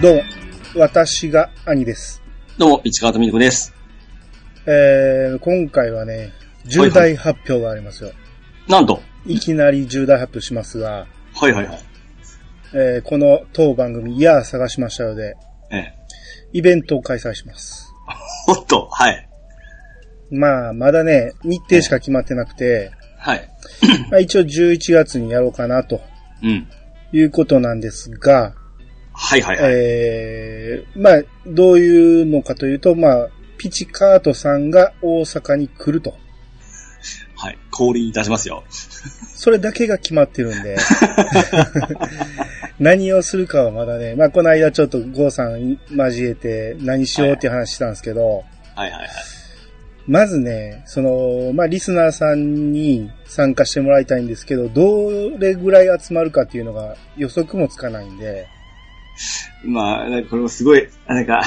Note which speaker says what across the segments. Speaker 1: どうも、私が兄です。
Speaker 2: どうも、市川とみるこです。
Speaker 1: えー、今回はね、重大発表がありますよ。
Speaker 2: なんと。
Speaker 1: いきなり重大発表しますが、
Speaker 2: はいはいはい。
Speaker 1: えー、この当番組、いやー探しましたので、
Speaker 2: ええ。
Speaker 1: イベントを開催します。
Speaker 2: おっと、はい。
Speaker 1: まあ、まだね、日程しか決まってなくて、
Speaker 2: はい。
Speaker 1: まあ、一応11月にやろうかなと
Speaker 2: うん。
Speaker 1: いうことなんですが、
Speaker 2: はいはいはい。
Speaker 1: えー、まあ、どういうのかというと、まあ、ピチカートさんが大阪に来ると。
Speaker 2: はい。氷いたしますよ。
Speaker 1: それだけが決まってるん で。何をするかはまだね、まあ、この間ちょっとゴーさん交えて何しようっていう話したんですけど、
Speaker 2: はいはいはい。
Speaker 1: まずね、その、まあ、リスナーさんに参加してもらいたいんですけど、どれぐらい集まるかっていうのが予測もつかないんで、
Speaker 2: まあ、なんかこれもすごい、なんか、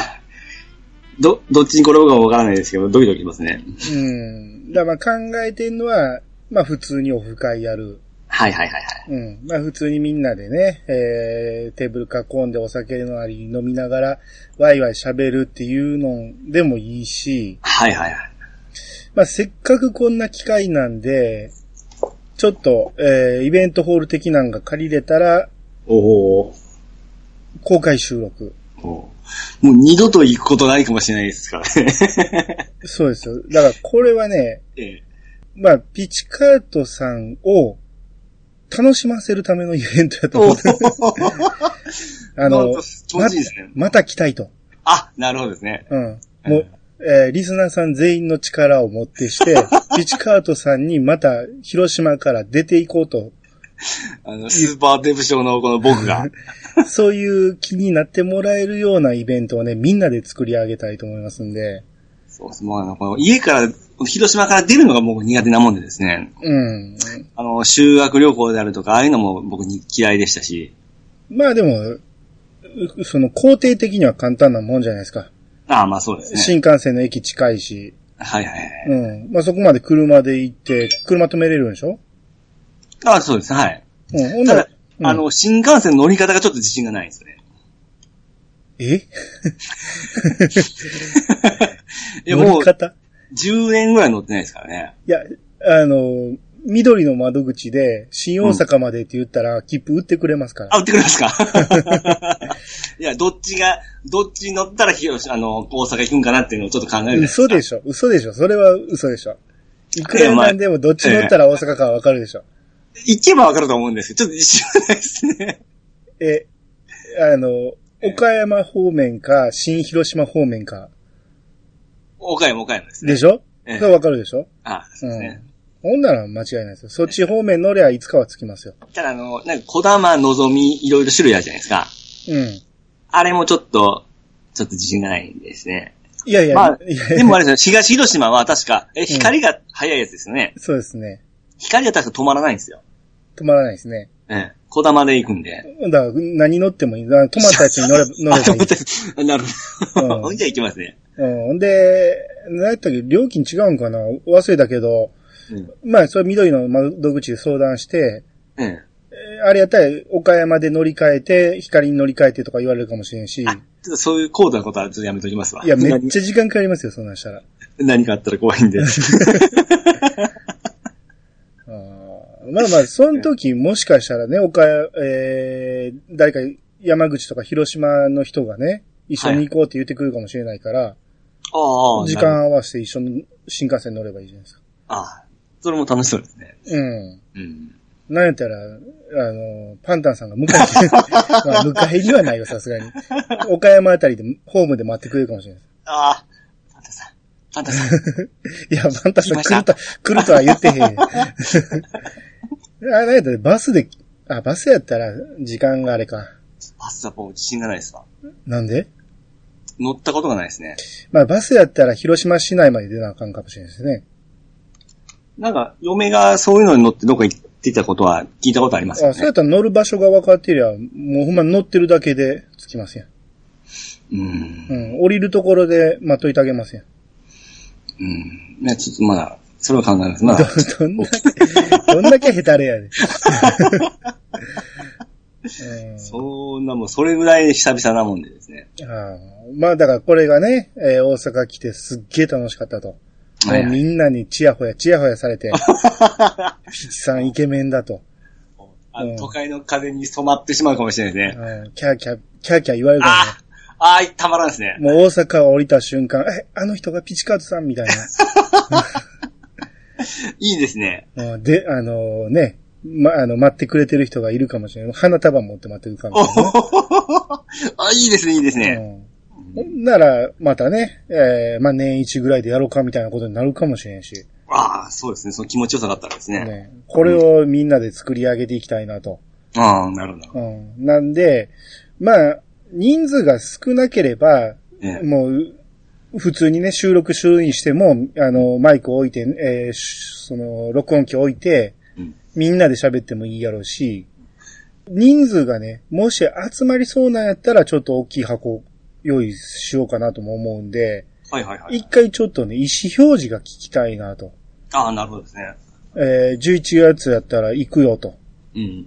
Speaker 2: ど、どっちに転ぶかわからないですけど、ドキドキしますね。
Speaker 1: うん。だからまあ考えてんのは、まあ、普通にオフ会やる。
Speaker 2: はいはいはいはい。
Speaker 1: うん。まあ普通にみんなでね、えー、テーブル囲んでお酒のあり飲みながら、ワイワイ喋るっていうのでもいいし、
Speaker 2: はいはいはい。
Speaker 1: まあせっかくこんな機会なんで、ちょっと、えー、イベントホール的なんが借りれたら、
Speaker 2: おー
Speaker 1: 公開収録。
Speaker 2: おーもう二度と行くことないかもしれないですからね。
Speaker 1: そうですよ。だからこれはね、
Speaker 2: ええ。
Speaker 1: まあ、ピチカートさんを楽しませるためのイベントだと思う。あの、
Speaker 2: まあ気持ちいいですね
Speaker 1: ままた来たいと。
Speaker 2: あ、なるほどですね。
Speaker 1: うん。もう、えーリスナーさん全員の力を持って して、ピチカートさんにまた広島から出ていこうと、
Speaker 2: あの、スーパーデブ症のこの僕が。
Speaker 1: そういう気になってもらえるようなイベントをね、みんなで作り上げたいと思いますんで、
Speaker 2: そうです。もうあの、この家から、広島から出るのが僕苦手なもんでですね。
Speaker 1: うん。
Speaker 2: あの、修学旅行であるとか、ああいうのも僕に嫌いでしたし。
Speaker 1: まあでも、うその工程的には簡単なもんじゃないですか。
Speaker 2: ああ、まあそうですね。
Speaker 1: 新幹線の駅近いし、
Speaker 2: はいはいはい。
Speaker 1: うん。まあそこまで車で行って、車止めれるんでしょ
Speaker 2: ああ、そうです。はい。
Speaker 1: うん。ほん
Speaker 2: た
Speaker 1: な
Speaker 2: だ
Speaker 1: ら、、うん
Speaker 2: あの、新幹線の乗り方がちょっと自信がないんですね。
Speaker 1: え
Speaker 2: いや、
Speaker 1: 乗
Speaker 2: も
Speaker 1: り
Speaker 2: う、
Speaker 1: 方
Speaker 2: 10年ぐらい乗ってないですからね。
Speaker 1: いや、あの、緑の窓口で、新大阪までって言ったら、切符売ってくれますから。
Speaker 2: あ、売ってくれま すかいや、どっちが、どっちに乗ったら広島、あの、大阪行くんかなっていうのをちょっと考えるんです
Speaker 1: 嘘でしょ嘘でしょそれは嘘でしょいくらなんでもどっち乗ったら大阪かわかるでしょ
Speaker 2: 行けばわかると思うんですけど、ちょっと自信がないですね。
Speaker 1: え、あの、岡山方面か、新広島方面か、
Speaker 2: 岡山、岡山ですね。
Speaker 1: でしょ
Speaker 2: ええ
Speaker 1: それわかるでしょ
Speaker 2: ああ、そう
Speaker 1: う
Speaker 2: です
Speaker 1: ん
Speaker 2: ね。。
Speaker 1: ほんなら間違いないですよ。そっち方面乗りゃいつかは着きますよ。
Speaker 2: ただあの、なんか、小玉、のぞみ、いろいろ種類あるじゃないですか。
Speaker 1: うん。
Speaker 2: あれもちょっと、ちょっと自信がないんですね。
Speaker 1: いやいや、
Speaker 2: まあ
Speaker 1: いや
Speaker 2: でもあれですよ、東広島は確か、え、光が速いやつですよね。
Speaker 1: そうですね。
Speaker 2: 光が確か止まらないんですよ。
Speaker 1: 止まらないですね。
Speaker 2: ええ、小玉で行くんで。
Speaker 1: だから、何乗ってもいい。だから止まったやつ に乗れ乗
Speaker 2: あ、
Speaker 1: れば
Speaker 2: 止
Speaker 1: いい
Speaker 2: まっ。て、なるほど。
Speaker 1: うん
Speaker 2: じゃあ行きますね。
Speaker 1: うん。で、なんやったっけ、料金違うんかな忘れたけど、
Speaker 2: うん。
Speaker 1: まあ、それ緑の窓口で相談して、
Speaker 2: ええ
Speaker 1: えーあれやったら岡山で乗り換えて、光に乗り換えてとか言われるかもしれんし、
Speaker 2: あ、ちょっとそういう高度なことはちょっとやめときますわ。
Speaker 1: いや、めっちゃ時間かかりますよ、そんなんしたら。
Speaker 2: 何何かあったら怖い んで。
Speaker 1: あーまあまあ、その時もしかしたらね、岡山、えー、誰か山口とか広島の人がね、一緒に行こうって言ってくるかもしれないから、
Speaker 2: ああ、
Speaker 1: 時
Speaker 2: なる
Speaker 1: 間合わせて一緒に新幹線乗ればいいじゃないですか。
Speaker 2: ほど。ああ、それも楽しそうですね。
Speaker 1: うん。
Speaker 2: うん。
Speaker 1: なんやったら、あの、パンタンさんが迎えに、まあ、迎えにはないよ、さすがに。岡山あたりで、ホームで待ってくれるかもしれないで
Speaker 2: ああ、パンタさん。パン タさん。
Speaker 1: す。いや、パンタンさん
Speaker 2: 来まし
Speaker 1: 来
Speaker 2: た
Speaker 1: ると、来るとは言ってへん。あ、なんやったら、バスで、あ、バスやったら、時間があれか。
Speaker 2: バスはもう自信がないですわ。
Speaker 1: なんで
Speaker 2: 乗ったことがないですね。
Speaker 1: まあ、バスやったら広島市内まで出なあかんかもしれないですね。
Speaker 2: なんか、嫁がそういうのに乗ってどっか行ってたことは聞いたことありますよ
Speaker 1: あ、そうや
Speaker 2: ね
Speaker 1: っ。たら乗る場所が分かってりゃ、もうほんま乗ってるだけで着きますやん。
Speaker 2: うん。
Speaker 1: うん、降りるところで待っといてあげますやん。
Speaker 2: うん。ね、ちょっとまだ、それは考えます。まだ、
Speaker 1: どんだけ、どんだけヘタレやで。うん
Speaker 2: そんなもん、それぐらい久々なもんでですね。
Speaker 1: あーまあだからこれがね、えー大阪来てすっげえ楽しかったと。
Speaker 2: はい
Speaker 1: もうみんなにチヤホヤ、チヤホヤされ て、ピチさんイケメンだと。
Speaker 2: あ
Speaker 1: うん
Speaker 2: の都会の風に染まってしまうかもしれないですね。
Speaker 1: うんキャーキャー、キャーキャー言われるからね
Speaker 2: あ。あ、あーたまらんですね。
Speaker 1: もう大阪を降りた瞬間、え、あの人がピチカートさんみたい
Speaker 2: いいですね。
Speaker 1: な。うんで、あのね、ま、あの、待ってくれてる人がいるかもしれない。花束持って待ってるか
Speaker 2: お
Speaker 1: もし
Speaker 2: ほほほほあ、いいですね、いいです
Speaker 1: れない。
Speaker 2: ね。
Speaker 1: うんほんなら、またね、えーまあ、年一ぐらいでやろうかみたいなことになるかもしれんし、
Speaker 2: ああ、そうですね。その気持ちよさだったらですね。
Speaker 1: ね、これをみんなで作り上げていきたいなと。
Speaker 2: ああ、なるほど。
Speaker 1: うん、なんで、まあ、人数が少なければ、
Speaker 2: ええ
Speaker 1: もう、普通にね、収録収にしても、あの、マイク置いて、えーしその、録音機置いて、
Speaker 2: うん
Speaker 1: みんなで喋ってもいいやろうし、人数がね、もし集まりそうなんやったら、ちょっと大きい箱用意しようかなとも思うんで、
Speaker 2: はいはいはい。
Speaker 1: 一回ちょっとね、意思表示が聞きたいなと。
Speaker 2: ああ、なるほどですね。
Speaker 1: えー11月やったら行くよと。
Speaker 2: うん。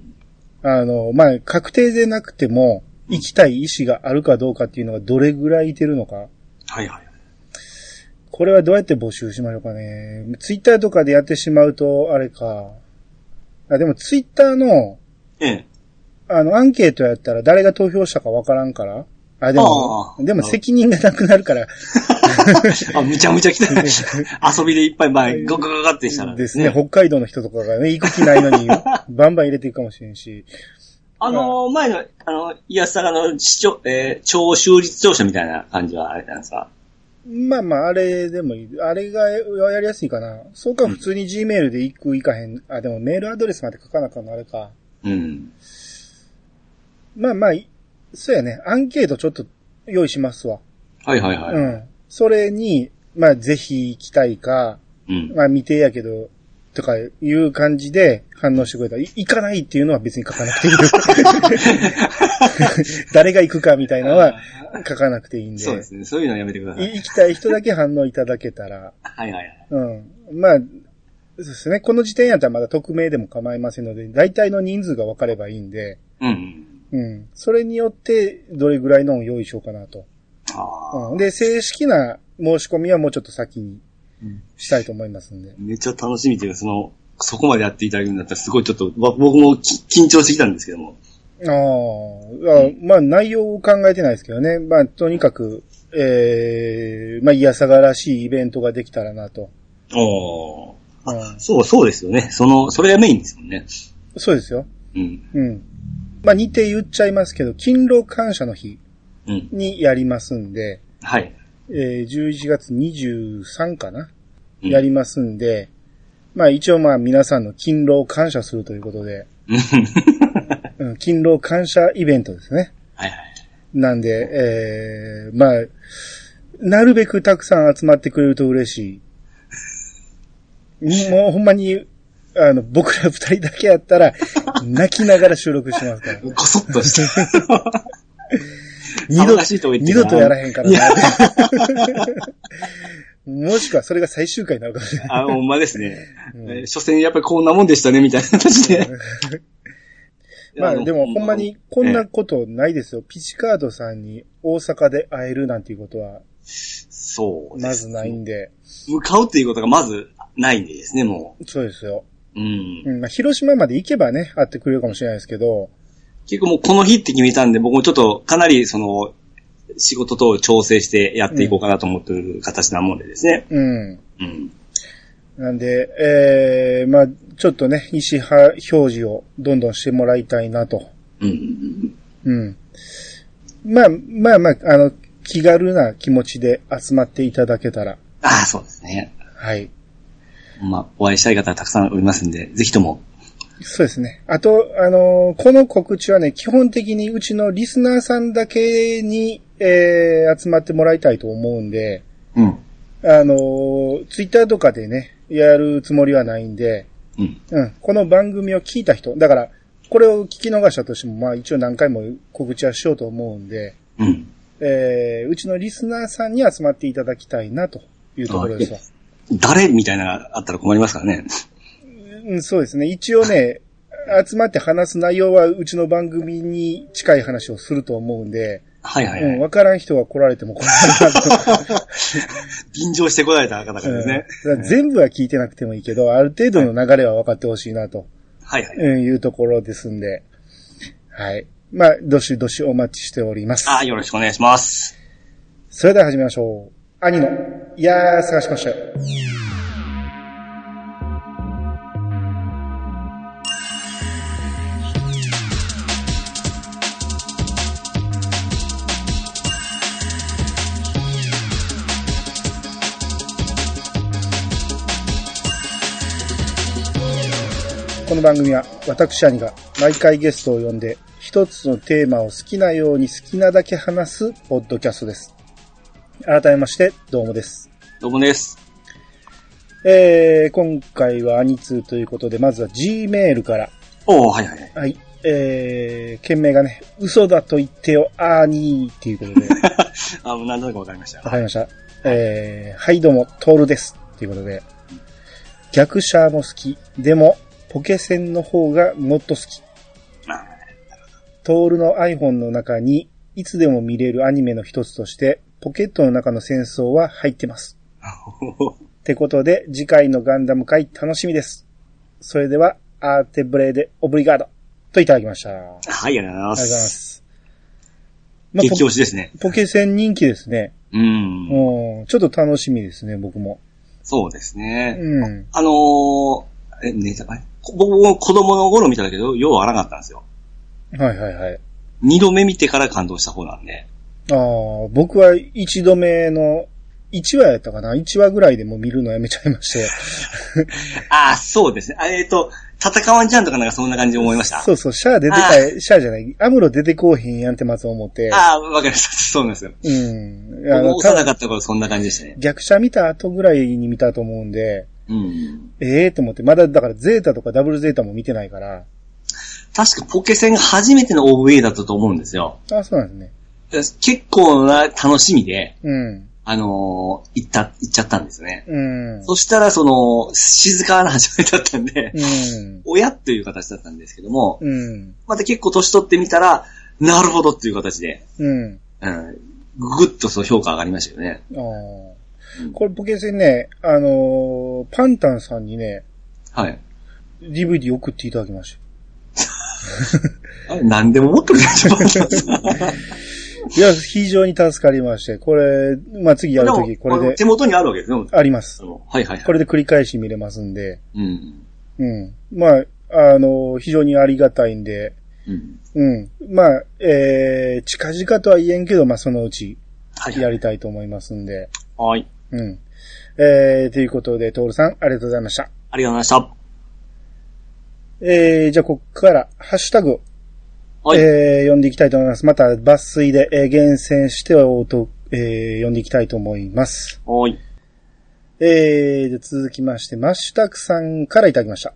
Speaker 1: あの、まあ、確定でなくても、
Speaker 2: うん
Speaker 1: 行きたい意思があるかどうかっていうのがどれぐらいいてるのか。
Speaker 2: はいはい。
Speaker 1: これはどうやって募集しましょうかね。ツイッターとかでやってしまうと、あれか。あ、でもツイッターの、
Speaker 2: ええ。
Speaker 1: あの、アンケートやったら誰が投票したかわからんから。あ、でも
Speaker 2: あ、ー
Speaker 1: でも責任がなくなるから、
Speaker 2: あ、むちゃむちゃ来た。遊びでいっぱい前、ゴゴゴゴってしたら
Speaker 1: ですね、。北海道の人とかがね、行く気ない のに、バンバン入れていくかもしれんし。
Speaker 2: あのー、前の、あの、イヤスタがの、市長、えー、超州立庁舎みたいな感じはあれなんですか
Speaker 1: まあまあ、あれでもいい。あれがやりやすいかな。そうか、普通に Gmail で行く、行かへん。あ、でもメールアドレスまで書かなあかんの、あれか。
Speaker 2: うん。
Speaker 1: まあまあ、いそうやね。アンケートちょっと用意しますわ。
Speaker 2: はいはいは
Speaker 1: う
Speaker 2: い。
Speaker 1: ん。それに、まあ、ぜひ行きたいか、
Speaker 2: うん。
Speaker 1: まあ、未定やけど、とかいう感じで反応してくれたら、い行かないっていうのは別に書かなくていい。 誰が行くかみたいなのは書かなくていいんで。
Speaker 2: そうですね。そういうのはやめてくださ
Speaker 1: い
Speaker 2: い。
Speaker 1: 行きたい人だけ反応いただけたら、
Speaker 2: はいはいはい。
Speaker 1: うん。まあ、そうですね。この時点やったらまだ匿名でも構いませんので、大体の人数が分かればいいんで、
Speaker 2: うん。
Speaker 1: うん。それによって、どれぐらいのを用意しようかなと。
Speaker 2: ああ。
Speaker 1: うん。で、正式な申し込みはもうちょっと先に
Speaker 2: うん
Speaker 1: したいと思いますんで。
Speaker 2: めっちゃ楽しみというか、その、そこまでやっていただけるんだったら、すごいちょっと、わ僕もき緊張してきたんですけども。
Speaker 1: ああ、あまあ内容を考えてないですけどね。まあ、とにかく、ええまあ、いやさがらしいイベントができたらなと。
Speaker 2: お
Speaker 1: う
Speaker 2: あ、
Speaker 1: ん
Speaker 2: そう、そうですよね。その、それがメインですもんね。
Speaker 1: そうですよ。
Speaker 2: うん。
Speaker 1: うん。まあ、似て言っちゃいますけど、勤労感謝の日
Speaker 2: うん。
Speaker 1: にやりますんで、
Speaker 2: はい。
Speaker 1: えー11月23かな、
Speaker 2: うん
Speaker 1: やりますんで、まあ一応まあ皆さんの勤労を感謝するということで、
Speaker 2: うん は
Speaker 1: うん、勤労感謝イベントですね。
Speaker 2: いはい。
Speaker 1: なんで、えーまあ、なるべくたくさん集まってくれると嬉し い。もうほんまに、あの、僕ら二人だけやったら、泣きながら収録してます から。
Speaker 2: こそっ として。
Speaker 1: 二
Speaker 2: 騒
Speaker 1: 度
Speaker 2: がしいとこ行って
Speaker 1: 二
Speaker 2: るな
Speaker 1: 度とやらへんからな。 もしくはそれが最終回になるかもしれない。
Speaker 2: あ、ほんまですね。
Speaker 1: うん
Speaker 2: えー所詮やっぱりこんなもんでしたね、みた いな形で。
Speaker 1: まあ
Speaker 2: の
Speaker 1: でもほんまにこんなことないですよ。ピチカードさんに大阪で会えるなんていうことは
Speaker 2: そうです。
Speaker 1: まずないんで。
Speaker 2: 向かうっていうことがまずないんでですね、も
Speaker 1: そうですよ。
Speaker 2: う。うん。
Speaker 1: うんまあ、広島まで行けばね、会ってくれるかもしれないですけど、
Speaker 2: 結構もうこの日って決めたんで、僕もちょっとかなりその、仕事と調整してやっていこうかなと思ってる形なもんでですね。
Speaker 1: うん。
Speaker 2: うん。
Speaker 1: なんで、えー、まあちょっとね、意思派表示をどんどんしてもらいたいなと。
Speaker 2: うん。
Speaker 1: うん。まあまあまあ、あの、気軽な気持ちで集まっていただけたら、
Speaker 2: ああ、そうですね。
Speaker 1: はい。
Speaker 2: まあ、お会いしたい方はたくさんおりますんで、ぜひとも。
Speaker 1: そうですね。あと、あのーこの告知はね、基本的にうちのリスナーさんだけに、えー集まってもらいたいと思うんで、
Speaker 2: うん。
Speaker 1: あのーツイッターとかでね、やるつもりはないんで、
Speaker 2: うん。
Speaker 1: うん、この番組を聞いた人、だから、これを聞き逃したとしても、まあ一応何回も告知はしようと思うんで、
Speaker 2: うん。
Speaker 1: えーうちのリスナーさんに集まっていただきたいなというところですわ。
Speaker 2: 誰みたいなのがあったら困りますからね。
Speaker 1: うん、そうですね。一応ね、集まって話す内容は、うちの番組に近い話をすると思うんで、
Speaker 2: はいはいは
Speaker 1: う
Speaker 2: い。
Speaker 1: ん、わからん人は来られても困るなと。
Speaker 2: 便乗してこられた方々ですね。
Speaker 1: うんだから全部は聞いてなくてもいいけど、ある程度の流れは分かってほしいなと、
Speaker 2: はいはい。
Speaker 1: うんいうところですんで。はい。まあ、どしどしお待ちしております。
Speaker 2: あよろしくお願いします。
Speaker 1: それでは始めましょう。兄の、いやー、探しましたよ。この番組は私兄が毎回ゲストを呼んで一つのテーマを好きなように好きなだけ話すポッドキャストです。改めまして、どうもです。
Speaker 2: どうもです。
Speaker 1: えー、今回はアニツーということで、まずは Gmail から。
Speaker 2: おおはいはい。
Speaker 1: はい。えー、件名がね、嘘だと言ってよ、あーにーっていうことで、
Speaker 2: あもうなんとなくわかりました。
Speaker 1: わかりました。 えー、はいどうも、トールです。ということで、逆シャーも好き。でも、ポケセンの方がもっと好き。
Speaker 2: あ
Speaker 1: トールの iPhone の中に、いつでも見れるアニメの一つとして、ポケットの中の戦争は入ってます。ってことで、次回のガンダム回楽しみです。それでは、アーテブレーでオブリガードといただきました。ありがとう
Speaker 2: はい、ありがとうご
Speaker 1: ござ
Speaker 2: ざい
Speaker 1: いま
Speaker 2: ます。
Speaker 1: す。まあ
Speaker 2: 激推しですね。
Speaker 1: ポポケセン人気ですね。
Speaker 2: うん。
Speaker 1: うん、ちょっと楽しみですね、僕も。
Speaker 2: そうですね。
Speaker 1: うん。
Speaker 2: あのー、え、ネタ、えこ僕も子供の頃見ただけど、ようわからなかったんですよ。
Speaker 1: はいはいはい。
Speaker 2: 二度目見てから感動した方なんで。
Speaker 1: ああ、僕は一度目の、1話やったかな ?1 話ぐらいでもう見るのやめちゃいまして。
Speaker 2: ああ、そうですね。あえっ、と、戦わんじゃんとかなんかそんな感じで思いました。
Speaker 1: そうそう、シャア出てか、シャアじゃない、アムロ出てこうへんやんってまず思って。
Speaker 2: ああ、わかりました。そうなんですよ。
Speaker 1: うん。あ
Speaker 2: 僕も
Speaker 1: の、
Speaker 2: 幼かった頃そんな感じでしたね。
Speaker 1: 逆者見た後ぐらいに見たと思うんで、
Speaker 2: うん。
Speaker 1: ええと思って、まだだからゼータとかダブルゼータも見てないから。
Speaker 2: 確かポケセンが初めての OVA だったと思うんですよ。
Speaker 1: あ、そうなんですね。
Speaker 2: 結構な楽しみで、
Speaker 1: うん。
Speaker 2: あのー行った、行っちゃったんですね。
Speaker 1: うん。
Speaker 2: そしたら、その、静かな始めだったんで、
Speaker 1: うん。
Speaker 2: 親という形だったんですけども、
Speaker 1: うん。
Speaker 2: また結構年取ってみたら、なるほどっていう形で、
Speaker 1: うん。
Speaker 2: うん、ぐっとその評価上がりましたよね。
Speaker 1: ああ。これポケセンね、あのーパンタンさんにね、
Speaker 2: はい。
Speaker 1: DVD 送っていただきました。
Speaker 2: あれ、何でも持ってるじゃん、
Speaker 1: いや、非常に助かりまして、これ、まあ、次やるとき、これで
Speaker 2: 手、元にあるわけですね。
Speaker 1: あります
Speaker 2: あ。のはいはいはい。
Speaker 1: これで繰り返し見れますんで、
Speaker 2: うん。
Speaker 1: うん。まあ、あのー非常にありがたいんで、
Speaker 2: うん。
Speaker 1: うん。まあ、えー、近々とは言えんけど、まあ、そのうち
Speaker 2: はいはい。
Speaker 1: やりたいと思いますんで。
Speaker 2: はい。
Speaker 1: うん。えー、ということで、トールさん、ありがとうございました。
Speaker 2: ありがとうございまし
Speaker 1: えー、じゃあ、ここから、ハッシュタグ、
Speaker 2: た。はい。
Speaker 1: えー、読んでいきたいと思います。また、抜粋で、えー、厳選しておと、えー、読んでいきたいと思います。
Speaker 2: はい。
Speaker 1: えー、じゃあ続きまして、マッシュタクさんからいただきました。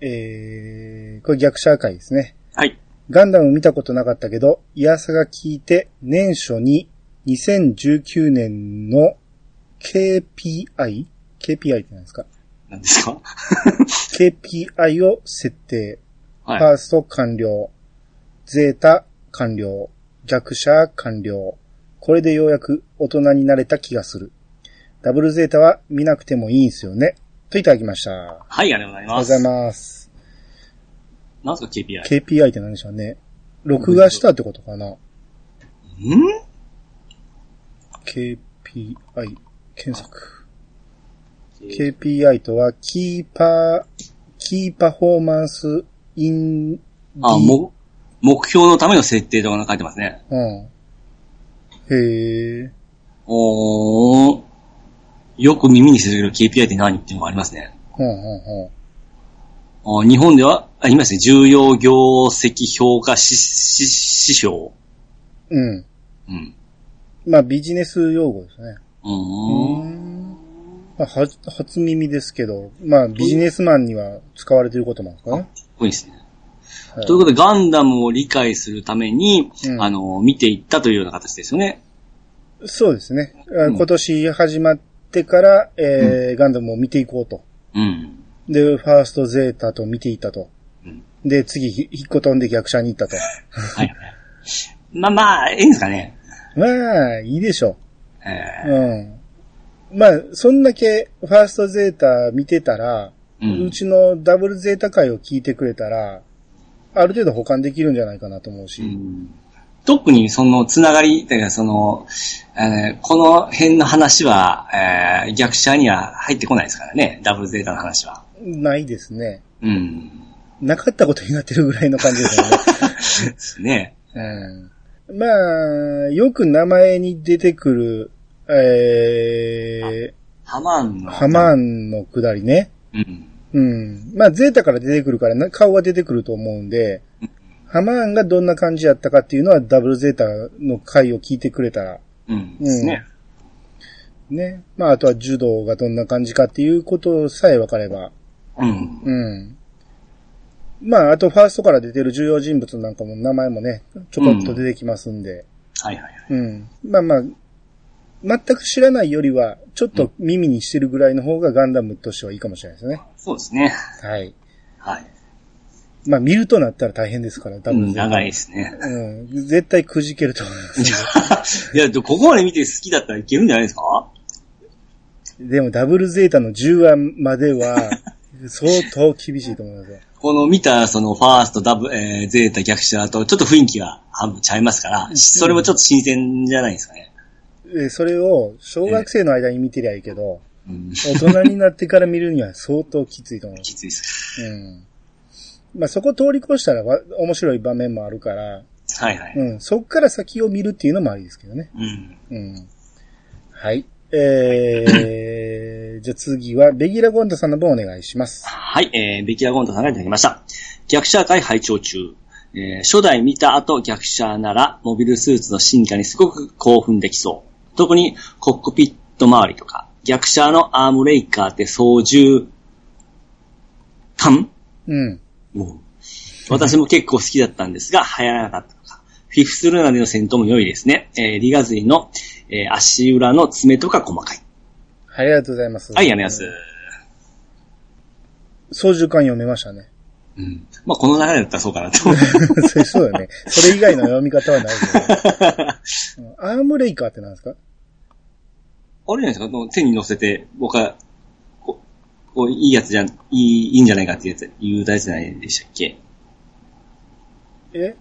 Speaker 1: えー、これ逆社会ですね。
Speaker 2: はい。
Speaker 1: ガンダム見たことなかったけど、イヤサが聞いて、年初に2019年の KPI?KPI って何ですか
Speaker 2: 何ですか
Speaker 1: ?KPI を設定。
Speaker 2: はい
Speaker 1: フ。ァースト完了。ゼータ完了。逆者完了。これでようやく大人になれた気がする。ダブルゼータは見なくてもいいんすよね。といただきました。あ
Speaker 2: はい、ありがとうござい
Speaker 1: りがとう
Speaker 2: ま
Speaker 1: ござい
Speaker 2: す。
Speaker 1: ます。
Speaker 2: 何すか KPI。
Speaker 1: KPI って何でしょうね。録画したってことかな。
Speaker 2: ん
Speaker 1: KPI 検索。KPI とは、キーパー、キーパフォーマンスインディ
Speaker 2: あ、も、目標のための設定とかなんか書いてますね。
Speaker 1: うん。へえ。
Speaker 2: おー。よく耳にするけど KPI って何っていうのがありますね。
Speaker 1: ほんほんほん。
Speaker 2: あ日本では、あ、いますね。重要業績評価指指指標。
Speaker 1: うん。
Speaker 2: うん。
Speaker 1: まあ、ビジネス用語ですね。
Speaker 2: うーん。
Speaker 1: まあ、は初耳ですけど、まあ、ビジネスマンには使われてることもあるのか
Speaker 2: 多いですね。
Speaker 1: な。はい
Speaker 2: ということで、ガンダムを理解するために、
Speaker 1: うん
Speaker 2: あの、見ていったというような形ですよね。
Speaker 1: そうですね。あ
Speaker 2: うん
Speaker 1: 今年始まってから、えーガンダムを見ていこうと。
Speaker 2: うん。
Speaker 1: で、ファーストゼータと見ていたと。
Speaker 2: うん
Speaker 1: で、次、ひ引っこ飛んで逆車に行ったと。
Speaker 2: はい。まあまあ、いいんですかね。
Speaker 1: まあ、いいでしょ
Speaker 2: え
Speaker 1: う。うん。まあ、そんだけ、ファーストゼータ見てたら、
Speaker 2: えうん
Speaker 1: う。ちのダブルゼータ回を聞いてくれたら、ある程度保管できるんじゃないかなと思うし。
Speaker 2: うん特にそのつながり、というかその、えーこの辺の話は、えー逆者には入ってこないですからね、ダブルゼータの話は。
Speaker 1: ないですね。
Speaker 2: うん。
Speaker 1: なかったことになってるぐらいの感じですよね。
Speaker 2: ですね。
Speaker 1: うんまあ、よく名前に出てくる、え
Speaker 2: ハマン
Speaker 1: ー、
Speaker 2: の。
Speaker 1: ハマーンのくだりね。
Speaker 2: うん。
Speaker 1: うん。まあ、ゼータから出てくるからな、顔は出てくると思うんで、ハマーンがどんな感じやったかっていうのは、ダブルゼータの回を聞いてくれたら、
Speaker 2: うん。ですね。
Speaker 1: ね。まあ、あとは柔道がどんな感じかっていうことさえ分かれば、
Speaker 2: うん。
Speaker 1: うん。まあ、あと、ファーストから出てる重要人物なんかも名前もね、ちょこっと出てきますんで、
Speaker 2: はいはいはい。
Speaker 1: うん。まあまあ、全く知らないよりは、ちょっと耳にしてるぐらいの方がガンダムとしてはいいかもしれないですね。
Speaker 2: そうですね。
Speaker 1: はい。
Speaker 2: はい。
Speaker 1: まあ見るとなったら大変ですから、多
Speaker 2: うん
Speaker 1: 分。
Speaker 2: 長いですね。
Speaker 1: うん。絶対くじけると思います。
Speaker 2: いや、でここまで見て好きだったらいけるんじゃないですか
Speaker 1: でもダブルゼータの10話まで は、相当厳しいと思いますよ。
Speaker 2: この見た、その、ファースト、ダブ、えー、ゼータ、逆者と、ちょっと雰囲気が半分ちゃいますから、それもちょっと新鮮じゃないですかね。
Speaker 1: でそれを小学生の間に見てりゃいいけど、
Speaker 2: うん。
Speaker 1: 大人になってから見るには相当きついと思います。
Speaker 2: きついです。
Speaker 1: うん。まあそこ通り越したらわ面白い場面もあるから、
Speaker 2: はいはい。
Speaker 1: うん。そっから先を見るっていうのもありですけどね。
Speaker 2: うん。
Speaker 1: うん。はい。えー、じゃあ次は、レギュラーゴンダさんの分お願いします。
Speaker 2: はい、えー、ベキアゴンタさんがいただきました。逆者会拝聴中。えー、初代見た後逆者なら、モビルスーツの進化にすごく興奮できそう。特に、コックピット周りとか、逆者のアームレイカーって操縦、感
Speaker 1: うん。
Speaker 2: もう、私も結構好きだったんですが、流行らなかったのか。フィフスルーナでの戦闘も良いですね。えー、リガズリの、えー足裏の爪とか細かい。
Speaker 1: はい、ありがとうございます。
Speaker 2: はい、やめます。
Speaker 1: 操縦感読めましたね。
Speaker 2: うん。まあ、この流れだったらそうかな と思う。
Speaker 1: それそうだね。それ以外の読み方はないけど。うん アームレイカーって何ですか
Speaker 2: あれじゃないですか、あの手に乗せて、僕は、ここういいやつじゃん、いい、いいんじゃないかってやつ、言うやつじゃないでしたっけ
Speaker 1: え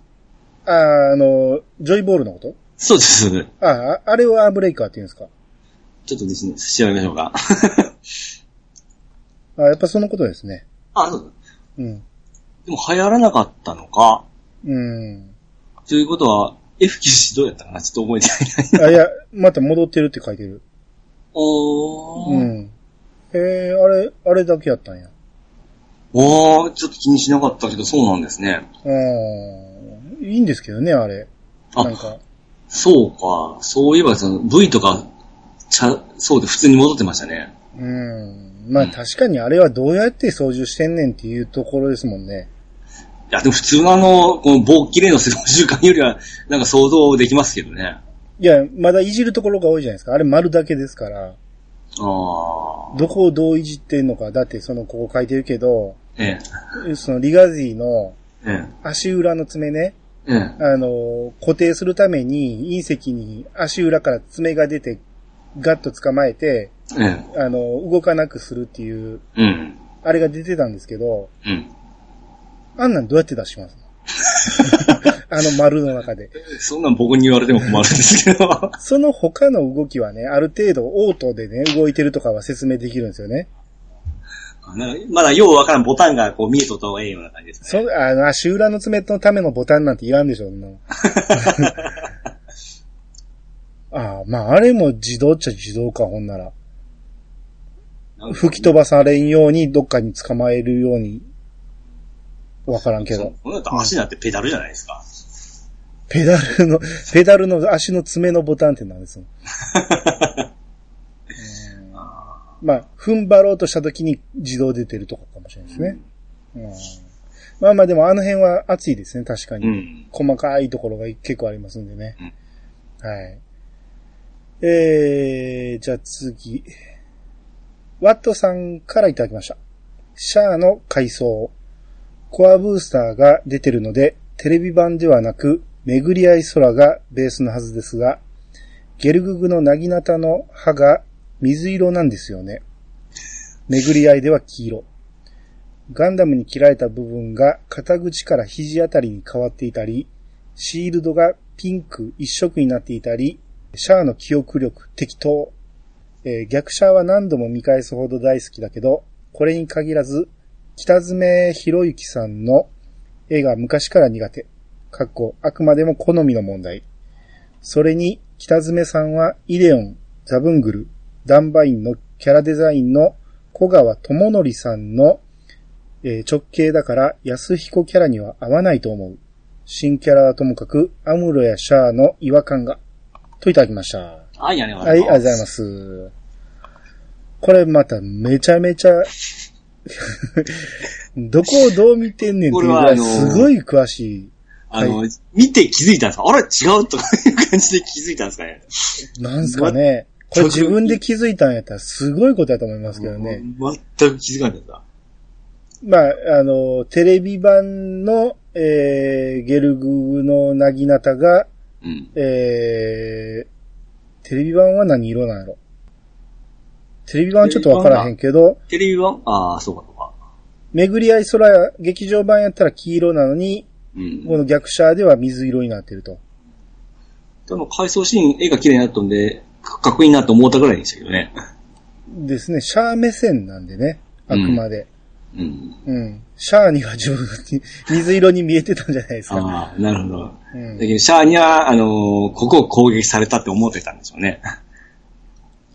Speaker 1: あー、あの、ジョイボールのこと
Speaker 2: そうです。そうです
Speaker 1: あー、ああれをアームレイカーって言うんですか
Speaker 2: ちょっとですね、調べましょうか。
Speaker 1: あーやっぱそのことですね。
Speaker 2: あ、そうだ
Speaker 1: うん。
Speaker 2: でも流行らなかったのか。
Speaker 1: うん。
Speaker 2: ということは、F 騎士どうやったかなちょっと覚えてない。
Speaker 1: あ、いや、また戻ってるって書いてる。
Speaker 2: おー。
Speaker 1: うん。えー、あれ、あれだけやったんや。
Speaker 2: おー、ちょっと気にしなかったけど、そうなんですね。
Speaker 1: うん。いいんですけどね、あれ。
Speaker 2: あ
Speaker 1: なんか。
Speaker 2: そうか。そういえば、その V とか、ちゃ、そうで普通に戻ってましたね。
Speaker 1: うん。まあ確かにあれはどうやって操縦してんねんっていうところですもんね。
Speaker 2: いや、でも普通のあの、この棒切れのする習慣よりは、なんか想像できますけどね。
Speaker 1: いや、まだいじるところが多いじゃないですか。あれ丸だけですから。
Speaker 2: ああ。
Speaker 1: どこをどういじってんのか。だってその、ここ書いてるけど、
Speaker 2: え
Speaker 1: そのリガズィの
Speaker 2: え。え
Speaker 1: 足裏の爪ね、
Speaker 2: え。ええ。
Speaker 1: あの、固定するために隕石に足裏から爪が出て、ガッと捕まえて、
Speaker 2: ええ。
Speaker 1: あの、動かなくするっていう、
Speaker 2: うん。
Speaker 1: あれが出てたんですけど、
Speaker 2: うん。
Speaker 1: あんなんどうやって出しますあの丸の中で。
Speaker 2: そんなん僕に言われても困るんですけ ど。
Speaker 1: その他の動きはね、ある程度オートでね、動いてるとかは説明できるんですよね。
Speaker 2: なんかまだようわからんボタンがこう見えとった方がええような感じです
Speaker 1: そ
Speaker 2: ね。
Speaker 1: あの、足裏の爪のためのボタンなんていらんでしょ、そんなのああ、まあ、あれも自動っちゃ自動か、ほんなら。
Speaker 2: なんか
Speaker 1: 吹き飛ばされんように、どっかに捕まえるように、わからんけ
Speaker 2: そう
Speaker 1: ど。
Speaker 2: この後足なんてペダルじゃないですか。
Speaker 1: ペダルの、ペダルの足の爪のボタンって何ですのうんまあ、踏ん張ろうとした時に自動出てるとこかもしれないですね。うんまあまあでもあの辺は熱いですね、確かに。
Speaker 2: うん。
Speaker 1: 細かいところが結構ありますんでね。
Speaker 2: うん
Speaker 1: はい。えー、じゃあ次。ワットさんからいただきました。シャアの回想。コアブースターが出てるので、テレビ版ではなく、巡り合い空がベースのはずですが、ゲルググのなぎなたの歯が水色なんですよね。巡り合いでは黄色。ガンダムに切られた部分が肩口から肘あたりに変わっていたり、シールドがピンク一色になっていたり、シャアの記憶力適当。えー逆シャアは何度も見返すほど大好きだけど、これに限らず、北爪博之さんの絵が昔から苦手。かっこ、あくまでも好みの問題。それに、北爪さんはイデオン、ザブングル、ダンバインのキャラデザインの小川智則さんの、えー直系だから安彦キャラには合わないと思う。新キャラはともかく、アムロやシャアの違和感が、といただきました。
Speaker 2: はい、ありがとうご
Speaker 1: は
Speaker 2: ざ
Speaker 1: い、あ
Speaker 2: い
Speaker 1: り
Speaker 2: ます。
Speaker 1: がとうございます。これまためちゃめちゃ、どこをどう見てんねんっていうぐ
Speaker 2: これは
Speaker 1: ら
Speaker 2: あ
Speaker 1: い、
Speaker 2: の
Speaker 1: すごい詳し
Speaker 2: あの、見て気づいたんですかあれ違うとかいう感じで気づいたんですかね。
Speaker 1: い。なんすかね。これ自分で気づいたんやったらすごいことやと思いますけどね。
Speaker 2: うん全く気づかなかった。
Speaker 1: まあ、あの、テレビ版の、えー、ゲルググのなぎなたが、
Speaker 2: うん。
Speaker 1: えー、テレビ版は何色なんやろテレビ版はちょっとわからへんけど、
Speaker 2: テレビ版ああ、そうかそうか。
Speaker 1: 巡り合い空、劇場版やったら黄色なのに、
Speaker 2: うん。
Speaker 1: この逆シャアでは水色になってると。
Speaker 2: でも、回想シーン、絵が綺麗になったんで、かかっこいいなと思ったぐらいでしたけどね。
Speaker 1: ですね、シャア目線なんでね、あくまで。
Speaker 2: うん。
Speaker 1: うん。シャアには自分に 水色に見えてたんじゃないですか。
Speaker 2: ああ、なるほど。
Speaker 1: う
Speaker 2: だ
Speaker 1: ん、
Speaker 2: けど、シャアには、あのーここを攻撃されたって思ってたんでしょうね。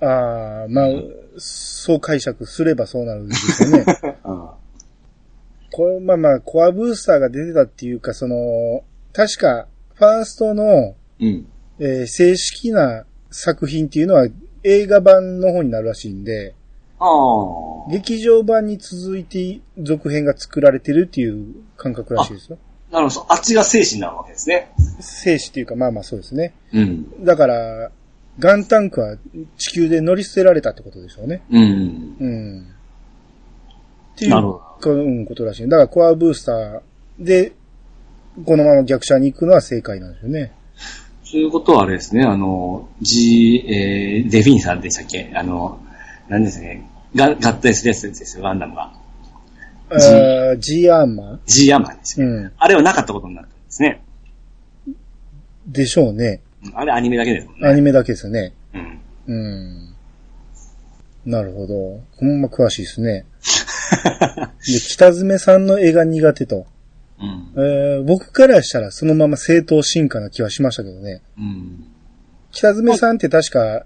Speaker 1: ああ、まあ、そう解釈すればそうなるんですよね。
Speaker 2: あ
Speaker 1: これ、まあまあ、コアブースターが出てたっていうか、その、確か、ファーストの、
Speaker 2: うん。
Speaker 1: えー正式な作品っていうのは映画版の方になるらしいんで、
Speaker 2: ああ。
Speaker 1: 劇場版に続いて続編が作られてるっていう感覚らしいですよ。
Speaker 2: なるほど。あっちが精神なわけですね。
Speaker 1: 生死っていうか、まあまあそうですね。
Speaker 2: うん。
Speaker 1: だから、ガンタンクは地球で乗り捨てられたってことでしょうね。
Speaker 2: うん。
Speaker 1: うん。っていう
Speaker 2: なるほど
Speaker 1: こうんことらしい。だからコアブースターで、このまま逆車に行くのは正解なんですよね。
Speaker 2: そういうことはあれですね、あの、G、えー、デフィンさんでしたっけあの、何ですかね、ガガッテンスレッスンですよ、ガンダムが。
Speaker 1: あー G アーマ
Speaker 2: G アマンです
Speaker 1: ー
Speaker 2: よ、
Speaker 1: うん。
Speaker 2: あれはなかったことになったんですね。
Speaker 1: でしょうね。
Speaker 2: うんあれアニメだけですもん
Speaker 1: ア
Speaker 2: ね。
Speaker 1: ニメだけですよね。
Speaker 2: うん。
Speaker 1: うん。なるほど。ほんま詳しいです ね。で、北爪さんの絵が苦手と。
Speaker 2: うん。
Speaker 1: えー僕からしたらそのまま正当進化な気はしましたけどね。
Speaker 2: うん。
Speaker 1: 北爪さんって確か、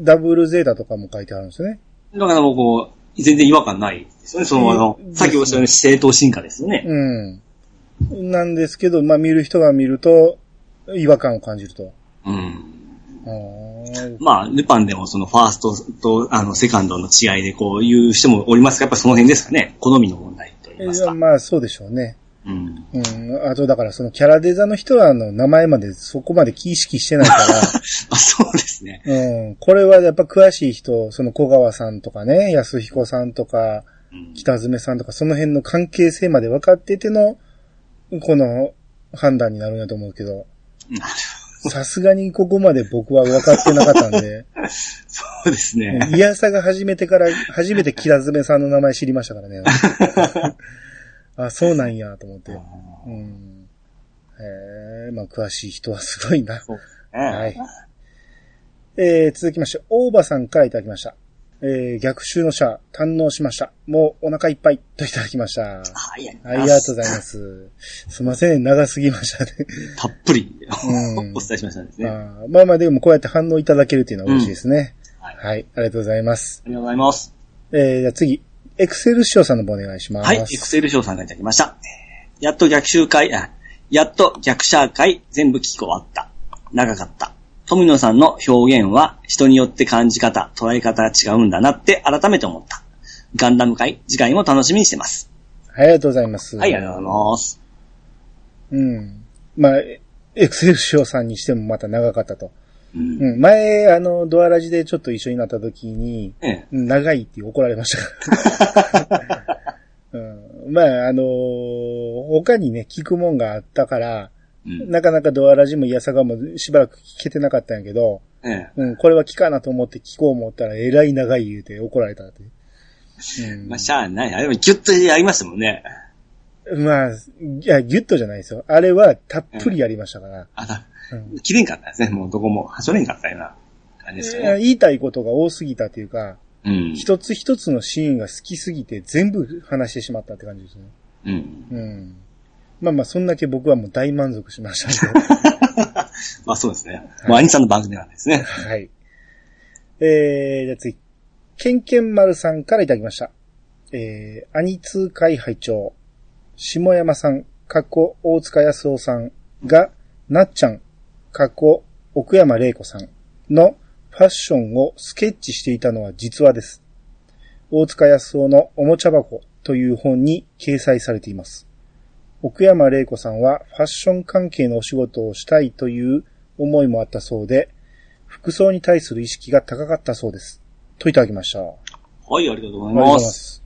Speaker 1: ダブルゼータとかも書いてあるんですよね。
Speaker 2: だからもうこう、全然違和感ないですよね。その、あの
Speaker 1: う、ん
Speaker 2: さっきおっしゃる正当進化ですよね。
Speaker 1: うん。なんですけど、まあ見る人が見ると、違和感を感じると。
Speaker 2: うん。
Speaker 1: あー
Speaker 2: まあ、ルパンでもその、ファーストと、あの、セカンドの違いでこういう人もおりますが、やっぱその辺ですかね。好みの問題と言います
Speaker 1: え
Speaker 2: か。
Speaker 1: まあそうでしょうね。
Speaker 2: うん。
Speaker 1: うん。あとだからそのキャラデザの人はあの名前までそこまで意識してないか
Speaker 2: あ、そうですね。
Speaker 1: ら、うん。これはやっぱ詳しい人、その小川さんとかね、安彦さんとか、
Speaker 2: うん
Speaker 1: 北爪さんとかその辺の関係性まで分かってての、この判断になるんだと思うけど。
Speaker 2: なる
Speaker 1: さすがにここまで僕は分かってなかったんで、
Speaker 2: そうですね。
Speaker 1: イヤサが始めてから、初めてキラズメさんの名前知りましたからね。あ、そうなんや、と思って。うん。へえまあ詳しい人はすごいな。はい。えー、続きまして、大場さんからいただきました。えー、逆襲のシャア、堪能しました。もうお腹いっぱい、といただきました。
Speaker 2: はい。
Speaker 1: ありがとうございます。すいません、長すぎましたね。
Speaker 2: たっぷり
Speaker 1: うん
Speaker 2: お伝えしましたですね。あ
Speaker 1: あーまあまあでもこうやって反応いただけるというのは嬉しいですね。
Speaker 2: うんはい
Speaker 1: はい。ありがとうございます。
Speaker 2: りがとうございます。
Speaker 1: えー、じゃあ次、エクセル師匠さんの方お願いします。
Speaker 2: はい。エクセル賞さんがいただきました。えーやっと逆襲会、あやっと逆シャー会全部聞き終わった。長かった。富野さんの表現は人によって感じ方、捉え方が違うんだなって改めて思った。ガンダム会、次回も楽しみにしてます。
Speaker 1: はい、ありがとうございます。
Speaker 2: はい、ありがとうございます。
Speaker 1: うん。まあ、エクセル師匠さんにしてもまた長かったと。
Speaker 2: うん
Speaker 1: うん。前、あの、ドアラジでちょっと一緒になった時に、
Speaker 2: ええ
Speaker 1: 長いって怒られましたから。うん、まあ、あのー他にね、聞くもんがあったから、
Speaker 2: うん。
Speaker 1: なかなかドアラジもイヤサガもしばらく聞けてなかったんやけど、
Speaker 2: ええ。
Speaker 1: うん、これは聞かなと思って聞こう思ったら、えらい長い言うて怒られたって。うん、
Speaker 2: まあ、しゃあない。あれもギュッとやりましたもんね。
Speaker 1: まあ、いや、ギュッとじゃないですよ。あれはたっぷりやりましたから。
Speaker 2: あ、だ、
Speaker 1: うん
Speaker 2: 切れんかったですね。もうどこも、はしょれんかったような感じです
Speaker 1: いや
Speaker 2: よね。
Speaker 1: 言いたいことが多すぎたというか、
Speaker 2: うん。
Speaker 1: 一つ一つのシーンが好きすぎて全部話してしまったって感じですね。
Speaker 2: うん。
Speaker 1: うん。まあまあ、そんだけ僕はもう大満足しましたけど。
Speaker 2: まあそうですね。もう兄さんの番組なんですね。
Speaker 1: はい。えー、じゃあ次。ケンケン丸さんからいただきました。えー、兄通会会長、下山さん、かっこ大塚康夫さんが、なっちゃん、かっこ奥山玲子さんのファッションをスケッチしていたのは実話です。大塚康夫のおもちゃ箱という本に掲載されています。奥山玲子さんはファッション関係のお仕事をしたいという思いもあったそうで、服装に対する意識が高かったそうです。といただきました。ありが
Speaker 2: はい、ありがとうござい
Speaker 1: とうご
Speaker 2: ま。
Speaker 1: ざいますす。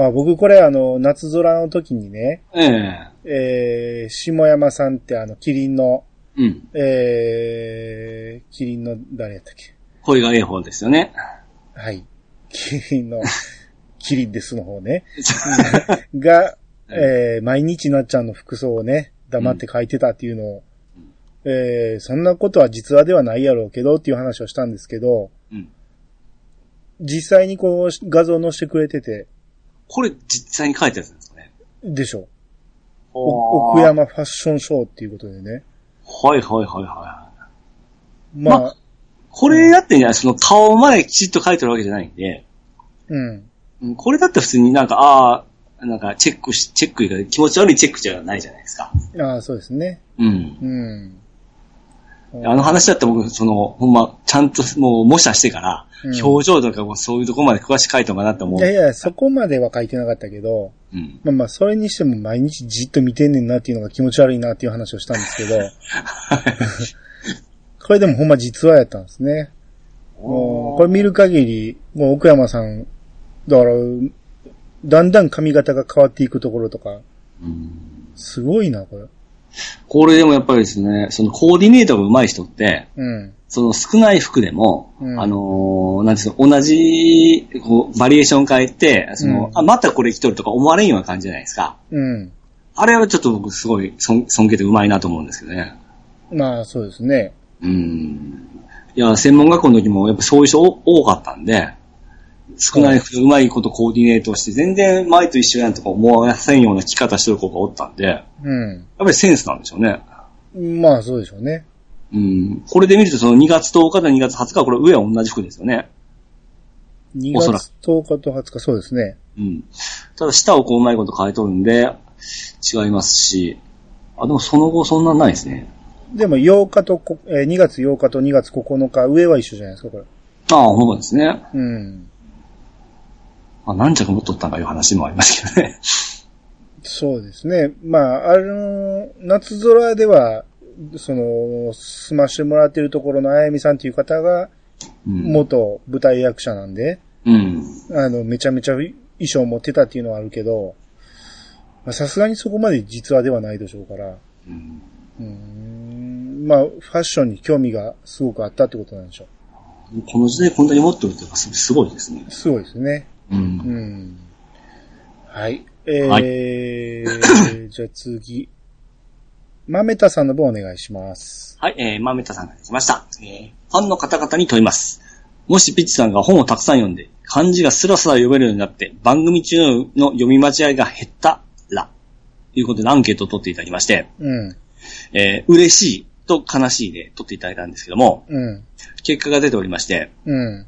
Speaker 1: あ僕これあの、夏空の時にね、
Speaker 2: ええ。
Speaker 1: えー、下山さんってあの、キリンの、
Speaker 2: うん。
Speaker 1: えー、キリンの誰やったっけ
Speaker 2: 声がええ方ですよね。
Speaker 1: はい。キリンの、キリンですの方ね。が、えー、毎日なっちゃんの服装をね、黙って書いてたっていうのを、えー、そんなことは実話ではないやろうけどっていう話をしたんですけど、
Speaker 2: うん。
Speaker 1: 実際にこう画像を載せてくれてて、
Speaker 2: これ実際に書いたやつなんですかね。
Speaker 1: でしょ。
Speaker 2: あー
Speaker 1: お奥。山ファッションショーっていうことでね。
Speaker 2: はいはいはいはい。
Speaker 1: まあ、
Speaker 2: まこれだってね、その顔まできちっと書いてるわけじゃないんで、
Speaker 1: うん。
Speaker 2: うんこれだって普通になんか、ああ、なんかチェックし、チェックいうか気持ち悪いチェックじゃないじゃないですか。
Speaker 1: ああ、そうですね。
Speaker 2: うん。
Speaker 1: うん。
Speaker 2: あの話だって僕、その、ほんま、ちゃんともう模写してか
Speaker 1: う
Speaker 2: ら、
Speaker 1: ん
Speaker 2: 表情とかもそういうとこまで詳しく書いたのかなと思う。
Speaker 1: いやいや、そこまでは書いてなかったけど、
Speaker 2: うん。
Speaker 1: まあまあ、それにしても毎日じっと見てんねんなっていうのが気持ち悪いなっていう話をしたんですけど、 これでもほんま実話やったんですね。もうこれ見る限り、もう奥山さん、だから、だんだん髪型が変わっていくところとか、
Speaker 2: うん
Speaker 1: すごいな、これ。
Speaker 2: これでもやっぱりですね、そのコーディネートが上手い人って、
Speaker 1: うん。
Speaker 2: その少ない服でも、
Speaker 1: うん
Speaker 2: あのーなんていうの、同じ、こう、バリエーション変えて、その、
Speaker 1: うん
Speaker 2: あ、またこれ着とるとか思われんような感じじゃないですか。
Speaker 1: うん。
Speaker 2: あれはちょっと僕すごい尊尊敬でうまいなと思うんですけどね。
Speaker 1: まあ、そうですね。
Speaker 2: うん。いや、専門学校の時もやっぱそういう人多多かったんで、少ない服でうまいことコーディネートして、全然前と一緒やんとか思わせんような着方してる子がおったんで、やっ
Speaker 1: う
Speaker 2: ぱりセンスなんでしょうね。
Speaker 1: ん。まあ、そうでしょうね。
Speaker 2: うん。これで見るとその2月10日と2月20日はこれ上は同じ服ですよね。
Speaker 1: 2
Speaker 2: おそらく
Speaker 1: 月10日と20日、そうですね。
Speaker 2: うん。ただ、下をこううまいこと変えとるんで、違いますし、あ、でもその後そんなんないですね。
Speaker 1: でも、8日とこ、えー2月8日と2月9日、上は一緒じゃないですか、これ。
Speaker 2: ああ、ほんまですね。
Speaker 1: うん。
Speaker 2: あ、何着持っとったんかいう話もありますけどね。
Speaker 1: そうですね。まあ、あの、夏空では、その、済ましてもらってるところのあやみさんっていう方が、
Speaker 2: うん。
Speaker 1: 元舞台役者なんで、
Speaker 2: うん。
Speaker 1: あの、めちゃめちゃ衣装持ってたっていうのはあるけど、まあさすがにそこまで実話ではないでしょうから、
Speaker 2: うん
Speaker 1: うーん、まあ、ファッションに興味がすごくあったってことなんでしょ
Speaker 2: この時代こんなに持っとるっていうのはすすごいですね。
Speaker 1: う。すごいですね。
Speaker 2: う。
Speaker 1: うんん。はい。えー
Speaker 2: は
Speaker 1: じゃあ次。豆田さんの分お願いします。
Speaker 2: はい、えー、まめたさんが来ました。えー、ファンの方々に問います。もしピッチさんが本をたくさん読んで、漢字がスラスラ読めるようになって、番組中の読み間違いが減ったら、ということでアンケートを取っていただきまして、
Speaker 1: うん。
Speaker 2: えー嬉しいと悲しいで取っていただいたんですけども、
Speaker 1: うん。
Speaker 2: 結果が出ておりまして、
Speaker 1: うん。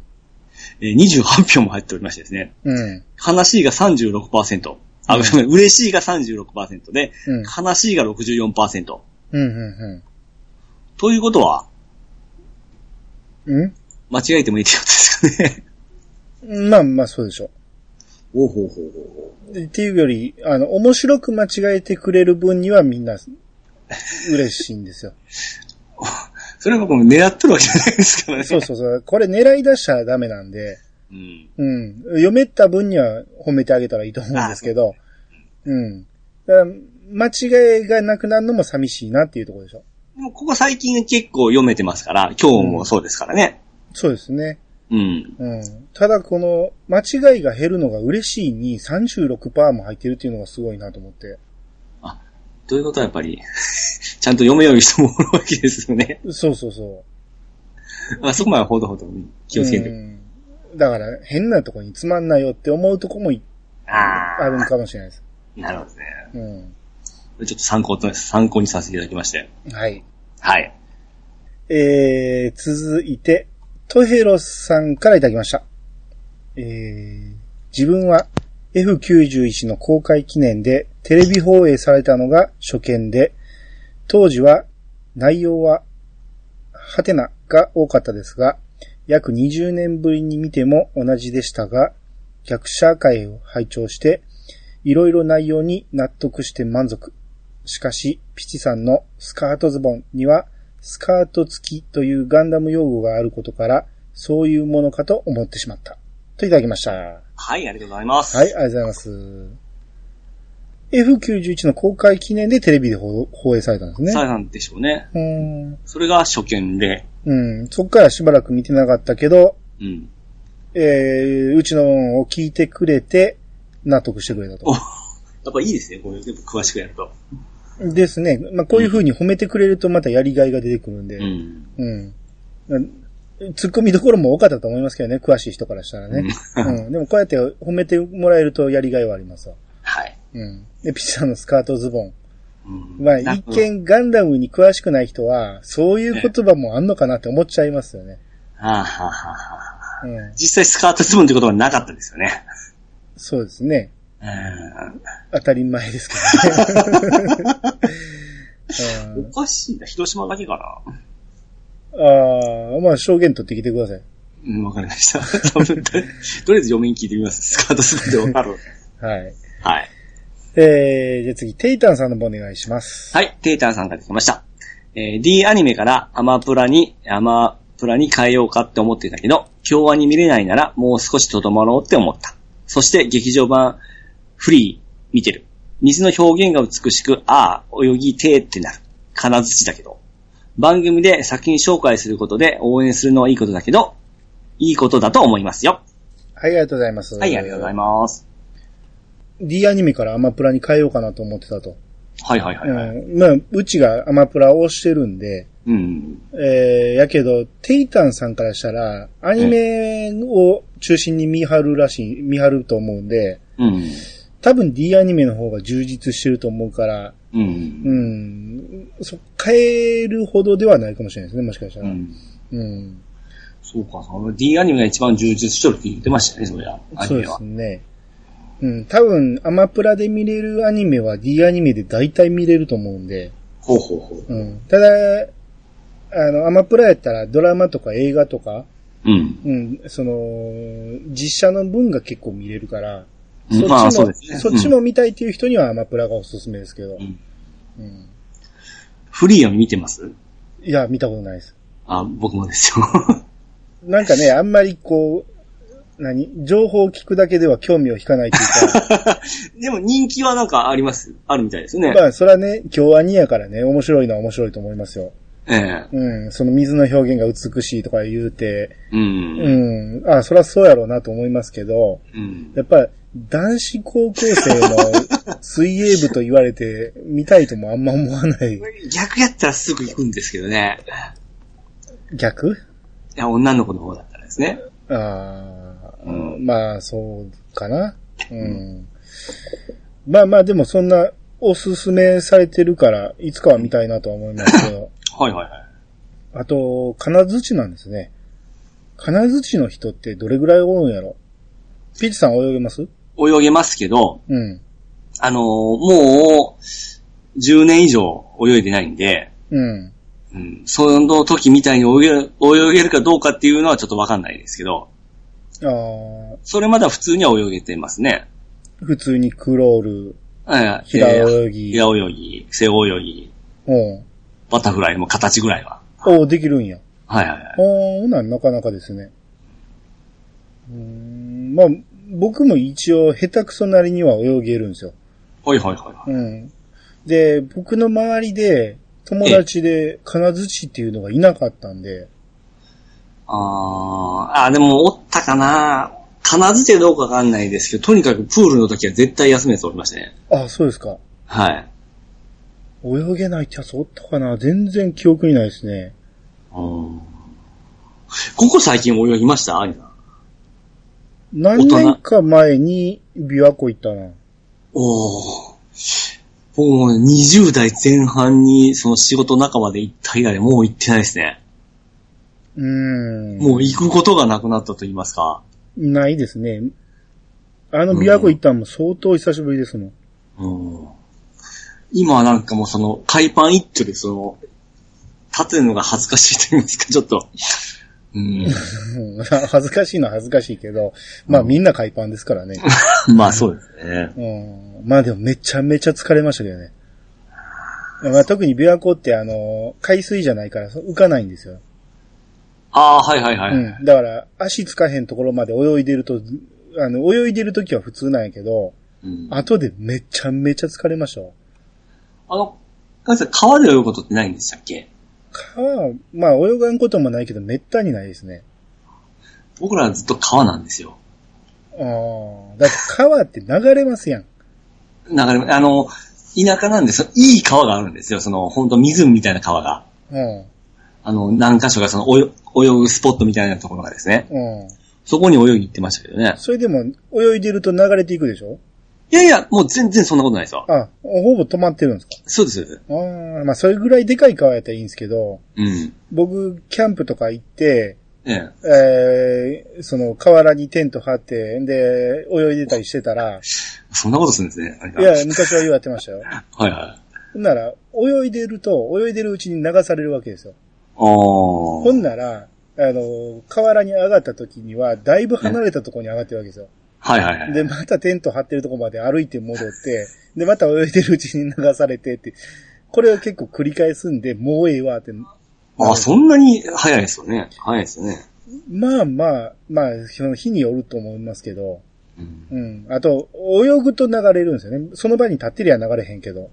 Speaker 2: えー28票も入っておりましてですね、
Speaker 1: うん。
Speaker 2: 悲しいが36%、あ、ごめん、嬉しいが36%で、
Speaker 1: うん。
Speaker 2: 悲しいが64%。
Speaker 1: うん。う
Speaker 2: ということは、
Speaker 1: ん。うん。
Speaker 2: 間違えてもいいってことですかね。
Speaker 1: うんまあまあ、そうでしょ
Speaker 2: おうほうほうほうほ
Speaker 1: う。っていうより、あの、面白く間違えてくれる分にはみんな嬉しいんですよ。
Speaker 2: う。それは僕も狙ってるわけじゃないですからね。
Speaker 1: そうそうそう。これ狙い出したらダメなんで、
Speaker 2: うん。
Speaker 1: うん。読めた分には褒めてあげたらいいと思うんですけど、うん。だから、間違いがなくなるのも寂しいなっていうところでしょ。
Speaker 2: でもここ最近結構読めてますから、今日もそうですからね。
Speaker 1: そうですね。
Speaker 2: うん。
Speaker 1: うん。ただこの、間違いが減るのが嬉しいに36%も入ってるっていうのがすごいなと思って。
Speaker 2: ということはやっぱり、 ちゃんと読めようにしてもおるわけですよね。
Speaker 1: そうそうそう。
Speaker 2: あそこまでほどほど気をつけて。
Speaker 1: うんだから、変なとこにつまんないよって思うとこもい
Speaker 2: あ
Speaker 1: あ
Speaker 2: あ
Speaker 1: るのかもしれないです。
Speaker 2: なるほどね。
Speaker 1: うん。
Speaker 2: ちょっと参考と、参考にさせていただきまして。
Speaker 1: はい。
Speaker 2: はい。
Speaker 1: えー、続いて、トヘロスさんからいただきました。えー、自分は F91 の公開記念でテレビ放映されたのが初見で、当時は内容はハテナが多かったですが、約20年ぶりに見ても同じでしたが、逆社会を拝聴して、いろいろ内容に納得して満足。しかし、ピチさんのスカートズボンには、スカート付きというガンダム用語があることから、そういうものかと思ってしまった。といただきました。はい、
Speaker 2: はい、ありがとうございます。
Speaker 1: あり。がとうございます。F91 の公開記念でテレビで放放映されたんですね。
Speaker 2: さあなんでしょうね。
Speaker 1: うん
Speaker 2: それが初見で、
Speaker 1: うん。そっからしばらく見てなかったけど、
Speaker 2: うん。
Speaker 1: えー、うちのを聞いてくれて、納得してくれた
Speaker 2: お
Speaker 1: と。
Speaker 2: やっぱいいですね、こういう、詳しくやると。
Speaker 1: ですね。まあ、こういう風に褒めてくれるとまたやりがいが出てくるんで。
Speaker 2: うん。
Speaker 1: うん。突っ込みどころも多かったと思いますけどね、詳しい人からしたらね。うん。でもこうやって褒めてもらえるとやりがいはありますわ。
Speaker 2: はい。
Speaker 1: うん。で、ピッチさんのスカートズボン。
Speaker 2: うん
Speaker 1: まあ、
Speaker 2: な
Speaker 1: 一見ガンダムに詳しくない人は、そういう言葉もあんのかなって思っちゃいますよね。
Speaker 2: ああ、はあはあはあ
Speaker 1: うん。
Speaker 2: 実際スカートズボンってことはなかったですよね。
Speaker 1: そうですね。
Speaker 2: うん
Speaker 1: 当たり前ですけ どね。
Speaker 2: おかしいな、広島だけかな。
Speaker 1: うん、ああ、まあ、証言取ってきてください。
Speaker 2: うん、わかりました。多分とりあえず嫁に聞いてみます。スカートズボンってわかる。
Speaker 1: はい。
Speaker 2: はい。
Speaker 1: えー、じゃあ次、テイタンさんの方お願いします。
Speaker 2: はい、テータンさんから来ました。えー D アニメからアマプラに、アマプラに変えようかって思ってたけど、京アに見れないならもう少しとどまろうって思った。そして劇場版フリー見てる。水の表現が美しく、ああ、泳ぎてーってなる。金槌だけど。番組で作品紹介することで応援するのはいいことだけど、いいことだと思いますよ。
Speaker 1: はい、ありがとうございます。
Speaker 2: はい、ありがとうございます。
Speaker 1: D アニメからアマプラに変えようかなと思ってたと。
Speaker 2: はいはいはい、はい。
Speaker 1: うん。まあ、うちがアマプラをしてるんで、
Speaker 2: うん。
Speaker 1: えー、やけど、テイタンさんからしたら、アニメを中心に見張るらしい、見張ると思うんで、
Speaker 2: うん。
Speaker 1: 多分 D アニメの方が充実してると思うから、
Speaker 2: う。
Speaker 1: うんん、そ変えるほどではないかもしれないですね、もしかした
Speaker 2: う
Speaker 1: ら。うん。
Speaker 2: んそうか、その D アニメが一番充実しとるって言ってましたね、そりゃ。アニ
Speaker 1: そう
Speaker 2: メ
Speaker 1: で
Speaker 2: は
Speaker 1: す。ね。うん、多分、アマプラで見れるアニメは D アニメで大体見れると思うんで、
Speaker 2: ほうほうほう。
Speaker 1: うんただ、あの、アマプラやったらドラマとか映画とか、
Speaker 2: うん。
Speaker 1: うん、その、実写の分が結構見れるから、そっちも、
Speaker 2: まあ
Speaker 1: そ
Speaker 2: そうですね
Speaker 1: っちも見たいっていう人にはアマプラがおすすめですけど、
Speaker 2: うん
Speaker 1: うん
Speaker 2: フリーを見てます
Speaker 1: いや、見たことないです。
Speaker 2: あ、僕もですよ。
Speaker 1: なんかね、あんまりこう、何情報を聞くだけでは興味を引かないと いうか、
Speaker 2: でも人気はなんかあります、あるみたいですね。
Speaker 1: まあ、それはね、京アニやからね、面白いのは面白いと思いますよ。
Speaker 2: ええ
Speaker 1: うん、その水の表現が美しいとか言うて、
Speaker 2: うん。
Speaker 1: うん、あ、そりゃそうやろうなと思いますけど、
Speaker 2: うん。
Speaker 1: やっぱ、男子高校生の水泳部と言われて、見たいともあんま思わない。
Speaker 2: 逆やったらすぐ行くんですけどね。
Speaker 1: 逆
Speaker 2: いや、女の子の方だったらですね。
Speaker 1: ああ、
Speaker 2: うん
Speaker 1: まあ、そうかな。うん。まあまあ、でもそんな、おすすめされてるから、いつかは見たいなとは思いますけ ど。
Speaker 2: はいはいはい。
Speaker 1: あと、金槌なんですね。金槌の人ってどれぐらいおるんやろピーチさん泳げます
Speaker 2: 泳げますけど、
Speaker 1: うん。
Speaker 2: あのーもう、10年以上泳いでないんで、
Speaker 1: うん。
Speaker 2: うん、その時みたいに泳げる、泳げるかどうかっていうのはちょっとわかんないですけど、
Speaker 1: ああ、
Speaker 2: それまでは普通には泳げてますね。
Speaker 1: 普通にクロール、
Speaker 2: ええ
Speaker 1: 平泳ぎ。
Speaker 2: 平泳ぎ、背泳ぎ、
Speaker 1: うん。
Speaker 2: バタフライも形ぐらいは。
Speaker 1: おーできるんや。
Speaker 2: はいはいはい。
Speaker 1: おーなんなかなかですね。うーん、まあ、僕も一応下手くそなりには泳げるんですよ。
Speaker 2: おはいはいはいはい。
Speaker 1: うん。で、僕の周りで、友達で金槌っていうのがいなかったんで、
Speaker 2: あーあ、でもおったかな。必ずでどうかわかんないですけど、とにかくプールの時は絶対休めておりましたね。
Speaker 1: あ、そうですか。
Speaker 2: はい。
Speaker 1: 泳げないってやつおったかな全然記憶にないですね。
Speaker 2: うんここ最近泳ぎました兄さん。
Speaker 1: 何年か前に琵琶湖行ったな。
Speaker 2: おー僕もね20代前半にその仕事仲間で行った以来もう行ってないですね。
Speaker 1: うーん。
Speaker 2: もう行くことがなくなったと言いますか。
Speaker 1: ないですね。あの琵琶湖行ったのも相当久しぶりですもん。
Speaker 2: うん今はなんかもうその、海パン一丁でその、立てるのが恥ずかしいと言いますか、ちょっと。うん。
Speaker 1: うん恥ずかしいのは恥ずかしいけど、まあみんな海パンですから ね。
Speaker 2: まあそうですね。
Speaker 1: うん、まあでもめちゃめちゃ疲れましたけどね。まあ、特に琵琶湖ってあの、海水じゃないからそう浮かないんですよ。
Speaker 2: ああ、はいはいはい。
Speaker 1: うん。だから足つかへんところまで泳いでると、あの、泳いでる時は普通なんやけど、
Speaker 2: うんあ
Speaker 1: 後でめちゃめちゃ疲れましたわ。
Speaker 2: の、かつて川で泳ぐことってないんでしたっけ
Speaker 1: 川は、まあ泳がんこともないけど、めったにないですね。
Speaker 2: 僕らはずっと川なんですよ。
Speaker 1: ああ。だって川って流れますやん。
Speaker 2: 流れ、あの、田舎なんですよ。いい川があるんですよ。その、本当湖みたいな川が。
Speaker 1: うん。
Speaker 2: あの、何箇所かその、泳泳ぐスポットみたいなところがですね。
Speaker 1: うん。
Speaker 2: そこに泳ぎ行ってましたけどね。
Speaker 1: それでも、泳いでると流れていくでしょ
Speaker 2: いやいや、もう全然そんなことないですよ。
Speaker 1: あ、ほぼ止まってるんですか
Speaker 2: そうです、そうです。
Speaker 1: ああ、まあそれぐらいでかい川やったらいいんですけど、
Speaker 2: うん。
Speaker 1: 僕、キャンプとか行って、
Speaker 2: ええ。
Speaker 1: えー、その、河原にテント張って、で、泳いでたりしてたら、
Speaker 2: そんなことするんですね。なん
Speaker 1: い
Speaker 2: か
Speaker 1: や、昔はようやってましたよ。
Speaker 2: はいはい。
Speaker 1: ほんなら、泳いでると、泳いでるうちに流されるわけですよ。
Speaker 2: お
Speaker 1: ほ
Speaker 2: ー。
Speaker 1: んなら、あの、河原に上がった時には、だいぶ離れたところに上がってるわけですよ。
Speaker 2: はいはいはい。
Speaker 1: で、またテント張ってるところまで歩いて戻って、で、また泳いでるうちに流されてって、これを結構繰り返すんで、もうええわって。
Speaker 2: あ、そんなに早いですよね。早いですよね。
Speaker 1: まあまあ、まあ、その日によると思いますけど、
Speaker 2: うん
Speaker 1: うん。あと、泳ぐと流れるんですよね。その場に立ってりゃ流れへんけど。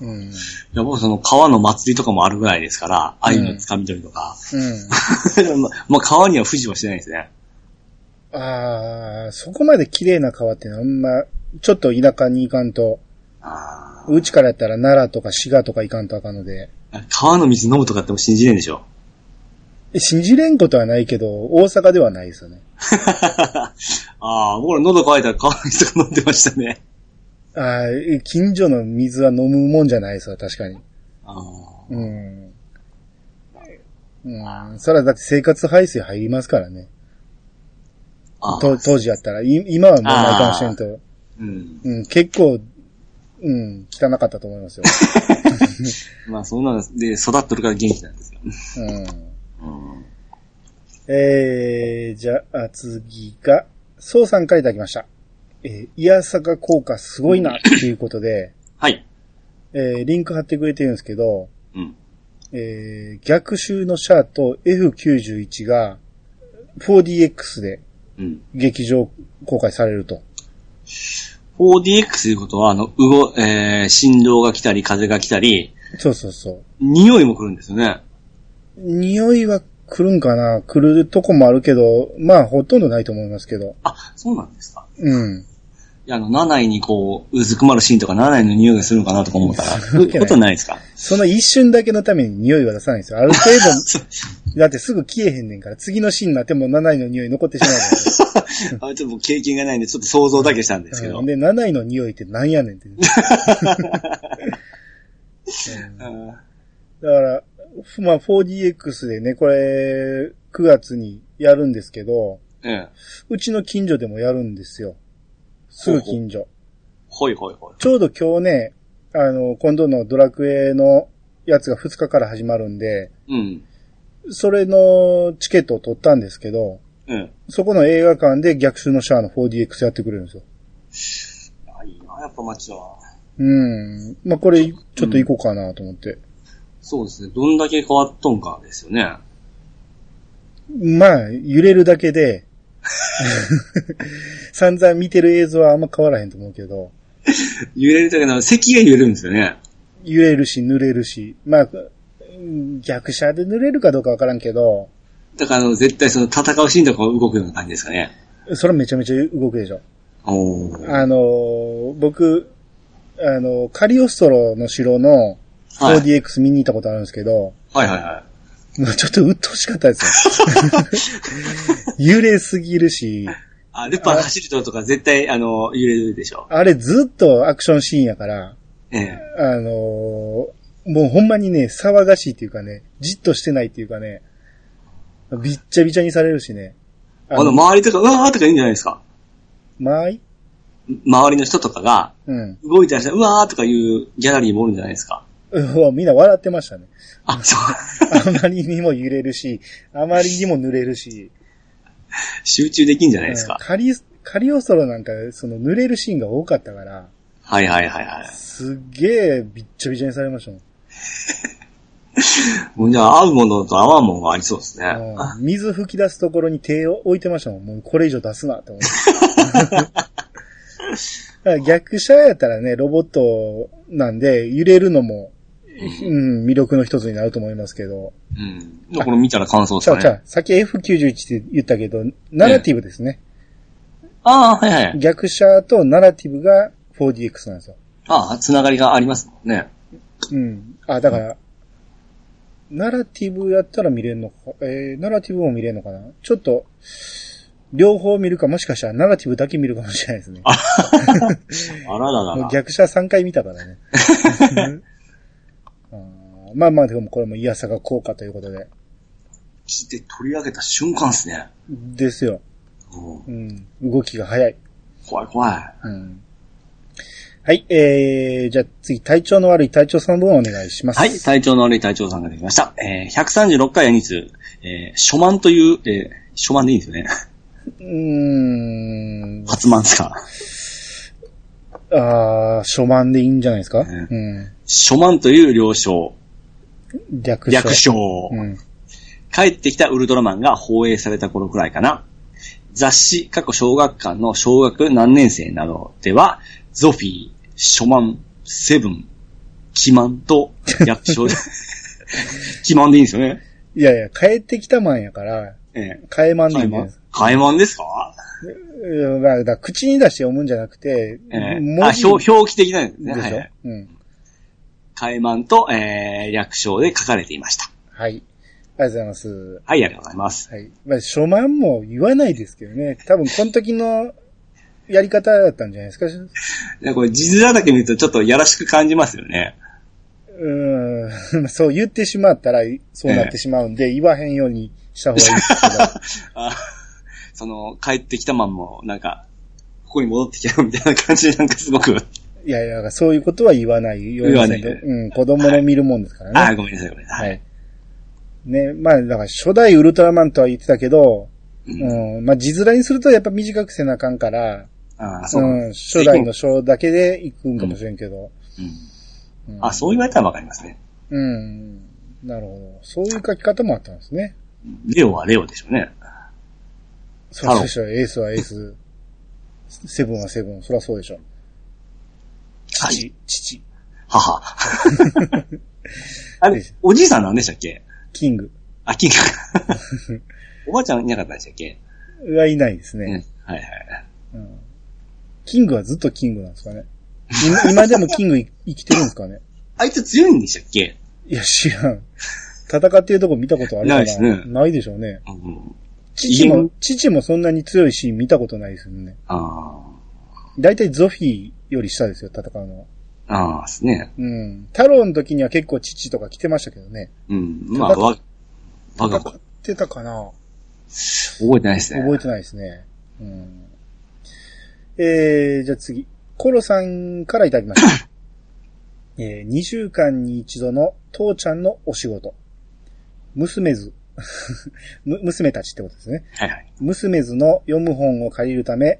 Speaker 1: うん。うん。
Speaker 2: いや、僕その川の祭りとかもあるぐらいですから、愛のつかみ取りとか。 ままあ川には富士はしてないですね。
Speaker 1: ああ、そこまで綺麗な川ってのはあんま、ちょっと田舎に行かんと、
Speaker 2: あ
Speaker 1: うちからやったら奈良とか滋賀とか行かんとあかんので、
Speaker 2: ー川の水飲むとかっても信じれんでしょ。
Speaker 1: え信じれんことはないけど、大阪ではないですよね。
Speaker 2: ああ、僕ら喉乾いたら川の水とか飲んでましたね。
Speaker 1: ああ、え近所の水は飲むもんじゃないですわ、確かに。
Speaker 2: あー
Speaker 1: うん。うん。そらだって生活排水入りますからね。
Speaker 2: あー。
Speaker 1: と当時やったら、い今はもうないかもしれんけど。
Speaker 2: うん。
Speaker 1: うん、結構、うん、汚かったと思い ますよ。
Speaker 2: まあそんなので育っとるから元気なんですよ。
Speaker 1: うん。
Speaker 2: うん
Speaker 1: えー、じゃあ次が、そうさんからいただきました。えー、いやさか効果すごい な、っていうことで、
Speaker 2: はい。
Speaker 1: えー、リンク貼ってくれてるんですけど、
Speaker 2: うん。
Speaker 1: えー、逆襲のシャアと F91 が 4DX で
Speaker 2: うん。
Speaker 1: 劇場公開されると。
Speaker 2: 4DX ということは、あの、うご、えー、振動が来たり、風が来たり、
Speaker 1: そうそうそう。
Speaker 2: 匂いも来るんですよね。
Speaker 1: 匂いは来るんかな来るとこもあるけど、まあほとんどないと思いますけど。
Speaker 2: あ、そうなんですか。
Speaker 1: うん。
Speaker 2: いや、あの、7位にこう、うずくまるシーンとか、7位の匂いがするのかなとか思ったら、
Speaker 1: するわけない
Speaker 2: そういうことはないですか。
Speaker 1: その一瞬だけのために匂いは出さないんですよ。ある程度、だってすぐ消えへんねんから、次のシーンになっても7位の匂い残ってしまう
Speaker 2: あちょっともう経験がないんで、ちょっと想像だけしたんですけ
Speaker 1: の
Speaker 2: ど。
Speaker 1: よ、うんで、7位の匂いってなんやねんって。うん
Speaker 2: あ
Speaker 1: だから、ふまあ 4DX でね、これ、9月にやるんですけど、
Speaker 2: ーうん。
Speaker 1: うちの近所でもやるんですよ。すぐ近所。
Speaker 2: ほいほいほい。
Speaker 1: ちょうど今日ね、あの、今度のドラクエのやつが2日から始まるんで、
Speaker 2: うん。
Speaker 1: それのチケットを取ったんですけど、
Speaker 2: うん。
Speaker 1: そこの映画館で逆襲のシャアの 4DX やってくれるんですよ。
Speaker 2: あ、いいな、やっぱ街は。
Speaker 1: うん。まあ、これ、ちょっと行こうかなと思って。
Speaker 2: そうですね。どんだけ変わっとんかですよね。
Speaker 1: まあ、揺れるだけで、散々見てる映像はあんま変わらへんと思うけど、
Speaker 2: 揺れるときの、席が揺れるんですよね。
Speaker 1: 揺れるし、濡れるし。まあ、うん逆車で濡れるかどうかわからんけど、
Speaker 2: だからあの、絶対その戦うシーンとかは動くような感じですかね。
Speaker 1: それめちゃめちゃ動くでしょ。
Speaker 2: おー。
Speaker 1: あのー僕、あのーカリオストロの城の
Speaker 2: はい
Speaker 1: 4DX 見に行ったことあるんですけど、
Speaker 2: はいはいは
Speaker 1: もうちょっと鬱陶しかったです よ。揺れすぎるし、
Speaker 2: い。あ、ルパン走るととか絶対、あの、揺れるでしょ。
Speaker 1: あれずっとアクションシーンやから、
Speaker 2: ええ。
Speaker 1: あのーもうほんまにね、騒がしいっていうかね、じっとしてないっていうかね、びっちゃびちゃにされるしね。
Speaker 2: あの、
Speaker 1: ま、
Speaker 2: 周りとか、うわーとか言うんじゃないですか。
Speaker 1: まい
Speaker 2: 周りの人とかが、
Speaker 1: うん。
Speaker 2: 動いたりしたら、うわーとかいうギャラリーもおるんじゃないですか。
Speaker 1: うわみんな笑ってましたね。
Speaker 2: あ、 そう。
Speaker 1: あまりにも揺れるし、あまりにも濡れるし。
Speaker 2: 集中できんじゃないですか
Speaker 1: うん。カリ、カリオストロなんか、その濡れるシーンが多かったから、
Speaker 2: はいはいはいはい。
Speaker 1: すっげえびっちゃびちゃにされましたもん。
Speaker 2: もうじゃあ、合うものと合わんものがありそうですね。
Speaker 1: うん水吹き出すところに手を置いてましたもん。もうこれ以上出すなって思って。 だから逆車やったらね、ロボットなんで、揺れるのも、うん、魅力の一つになると思いますけど。
Speaker 2: うん。でこれ見たら感想で
Speaker 1: ちゃ
Speaker 2: す
Speaker 1: う
Speaker 2: か
Speaker 1: ちゃ
Speaker 2: ね。
Speaker 1: う。さっき F91 って言ったけど、ナラティブですね。
Speaker 2: ああ、はいはい。
Speaker 1: 逆車とナラティブが 4DX なんですよ。
Speaker 2: ああ、つながりがありますもんね。
Speaker 1: うん。あ、だから、ナラティブやったら見れるのか、えー、ナラティブも見れるのかなちょっと、両方見るか、もしかしたらナラティブだけ見るかもしれないですね。
Speaker 2: あらら
Speaker 1: も
Speaker 2: ら
Speaker 1: う
Speaker 2: ら。
Speaker 1: 逆車3回見たから ね。あーまあまあ、でもこれもいやさが効果ということで。
Speaker 2: で取り上げた瞬間ですね。
Speaker 1: ですよ。
Speaker 2: うん
Speaker 1: うん。動きが早い。
Speaker 2: 怖い怖い。
Speaker 1: うん。はい、えー、じゃあ次、体調の悪い体調さんの分をお願いします。
Speaker 2: はい、隊長の悪い隊長さんができました。えー、136回やニツ、えー、初満という、えー、初満でいいんですよね。
Speaker 1: うーん。
Speaker 2: 初満ですか。
Speaker 1: あー、初満でいいんじゃないですか、
Speaker 2: ね
Speaker 1: うん。
Speaker 2: 初満という了承、
Speaker 1: 略称。
Speaker 2: 略称。
Speaker 1: うん。
Speaker 2: 帰ってきたウルトラマンが放映された頃くらいかな。雑誌、過去小学館の小学何年生などでは、ゾフィー、ショマン、セブン、キマンと略 称で、キマンでいいんですよね。
Speaker 1: いやいや、帰ってきたマンやから、
Speaker 2: ええ。
Speaker 1: 帰まんね
Speaker 2: カイ
Speaker 1: ん
Speaker 2: マ
Speaker 1: ね
Speaker 2: ンカイマンですか
Speaker 1: うんだから口に出して読むんじゃなくて、
Speaker 2: ええ
Speaker 1: 文
Speaker 2: あ、
Speaker 1: 字
Speaker 2: 表、表記的なんですね。
Speaker 1: で
Speaker 2: はい
Speaker 1: し
Speaker 2: は
Speaker 1: ょ
Speaker 2: い。
Speaker 1: うん。
Speaker 2: カイマンと、えー、略称で書かれていました。
Speaker 1: はい。ありがとうございます。
Speaker 2: はい、ありがとうございます。
Speaker 1: はい。まあ、初満も言わないですけどね。多分、この時のやり方だったんじゃないですか。う
Speaker 2: でこれ字面だけ見るとちょっとやらしく感じますよね。
Speaker 1: ーん。 そう言ってしまったら、そうなってしまうんで、言わへんようにした方がいいです けど。
Speaker 2: あその、帰ってきたマンも、なんか、ここに戻ってきたよみたいな感じで、なんかす ごく、
Speaker 1: いやいや、そういうことは言わないようにせんと
Speaker 2: 言わない
Speaker 1: うん、子供の見るもんですからね。
Speaker 2: あごめんなさい、ごめんなさ。
Speaker 1: はいい。ね、まあ、だから初代ウルトラマンとは言ってたけど、うん、まあ字面にするとやっぱ短くせなあかんから、
Speaker 2: ああ、そううか、
Speaker 1: ん、初代の章だけで行くんかもしれんけど。
Speaker 2: うんあ、そう言われたらわかりますね。
Speaker 1: うん、なるほど。そういう書き方もあったんですね。
Speaker 2: レオはレオでしょうね。
Speaker 1: そらそうでしょ、エースはエース、セブンはセブン、そらそうでしょ。
Speaker 2: はい。
Speaker 1: 父、
Speaker 2: 母。あれ、おじいさんなんでしたっけ
Speaker 1: キング
Speaker 2: あ、キング。 おばあちゃんいなかったんでしたっけ
Speaker 1: はいないです
Speaker 2: うん。は
Speaker 1: ね、
Speaker 2: いはい。
Speaker 1: うん。キングはずっとキングなんですかね。今今でもキングい生きてるんですかね。
Speaker 2: あいつ強いんでしたっけ
Speaker 1: いや、知らん。戦ってるとこ見たことあるかな
Speaker 2: ないですね
Speaker 1: ないでしょうね。
Speaker 2: うん。
Speaker 1: 父
Speaker 2: いい
Speaker 1: も
Speaker 2: よ、
Speaker 1: 父もそんなに強いシーン見たことないですよね。
Speaker 2: ああ。
Speaker 1: だいたいゾフィーより下ですよ、戦うのは。
Speaker 2: ああ、ですね。
Speaker 1: うん。太郎の時には結構父とか来てましたけどね。
Speaker 2: うん。まあ、わ、わ
Speaker 1: 戦
Speaker 2: が
Speaker 1: っ
Speaker 2: 子。
Speaker 1: てたかな
Speaker 2: 覚えてないですね。
Speaker 1: 覚えてないですね。うん。えー、じゃあ次。コロさんからいただきま した。えー、2週間に一度の父ちゃんのお仕事。娘ず。 む娘たちってことですね。
Speaker 2: はいはい。
Speaker 1: 娘図の読む本を借りるため、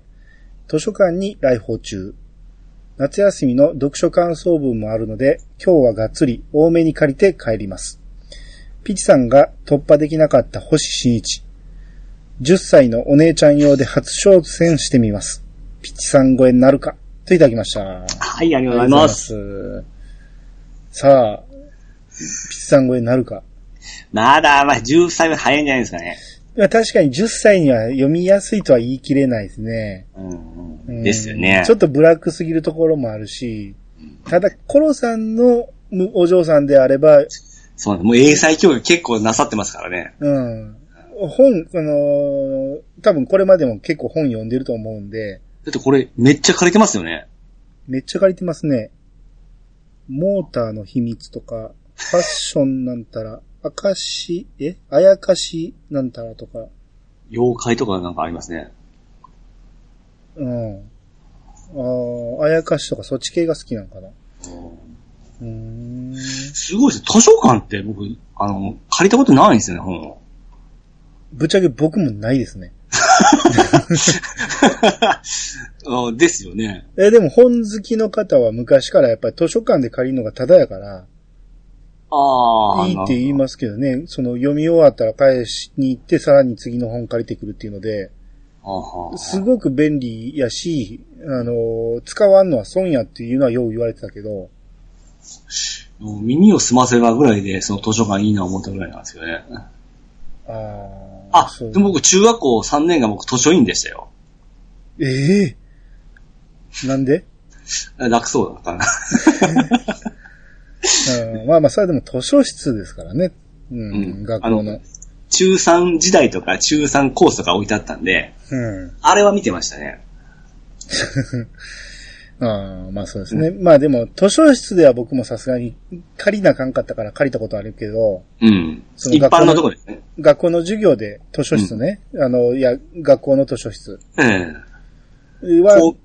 Speaker 1: 図書館に来訪中。夏休みの読書感想文もあるので、今日はがっつり多めに借りて帰ります。ピチさんが突破できなかった星新一。10歳のお姉ちゃん用で初挑戦してみます。ピチさん超えになるか。といただきました。
Speaker 2: はい、あり
Speaker 1: あ
Speaker 2: がとうございます。
Speaker 1: りがとうございます。さあ、ピッツさん超えになるか。
Speaker 2: まだ、まあ、10歳は早いんじゃないですかね。
Speaker 1: まあ確かに10歳には読みやすいとは言い切れないですね。
Speaker 2: うんう、
Speaker 1: うんん
Speaker 2: ですよね。
Speaker 1: ちょっとブラックすぎるところもあるし、ただ、コロさんのお嬢さんであれば、
Speaker 2: そうもう英才教育結構なさってますからね。
Speaker 1: うん。本、あのー多分これまでも結構本読んでると思うんで、
Speaker 2: だってこれ、めっちゃ借りてますよね。
Speaker 1: めっちゃ借りてますね。モーターの秘密とか、ファッションなんたら、明かし、えあやかしなんたらとか、
Speaker 2: 妖怪とかなんかありますね。
Speaker 1: うん。ああ、あやかしとかそっち系が好きなんかな。
Speaker 2: うん
Speaker 1: うーん。
Speaker 2: すごいです。図書館って僕、あの、借りたことないんですよね、本 を。
Speaker 1: ぶっちゃけ僕もないですね。
Speaker 2: あですよね。
Speaker 1: え、でも本好きの方は昔からやっぱり図書館で借りるのがタダやから、
Speaker 2: ああ。
Speaker 1: いいって言い
Speaker 2: なる
Speaker 1: ますけどね、その読み終わったら返しに行ってさらに次の本借りてくるっていうので、
Speaker 2: ほどあー
Speaker 1: すごく便利やし、あの、使わんのは損やっていうのはよう言われてたけど、
Speaker 2: もう耳を澄ませばぐらいで、その図書館いいな思ったぐらいなんですよね。
Speaker 1: ああ
Speaker 2: あ、でも僕、中学校3年が僕、図書院でしたよ。
Speaker 1: ええなんで、
Speaker 2: 楽そうだったな。
Speaker 1: うん、まあまあ、それでも図書室ですからね。うん、
Speaker 2: うん
Speaker 1: 学
Speaker 2: あ
Speaker 1: 校の
Speaker 2: の。中3時代とか中3コースとか置いてあったんで、
Speaker 1: うん。
Speaker 2: あれは見てましたね。
Speaker 1: ああ、まあそうですね。まあでも、図書室では僕もさすがに借りなあかんかったから借りたことあるけど、
Speaker 2: うん。
Speaker 1: その
Speaker 2: 一般のとこですね。
Speaker 1: 学校の授業で図書室ね、あの、いや、学校の図書室
Speaker 2: ええこ
Speaker 1: は、
Speaker 2: う、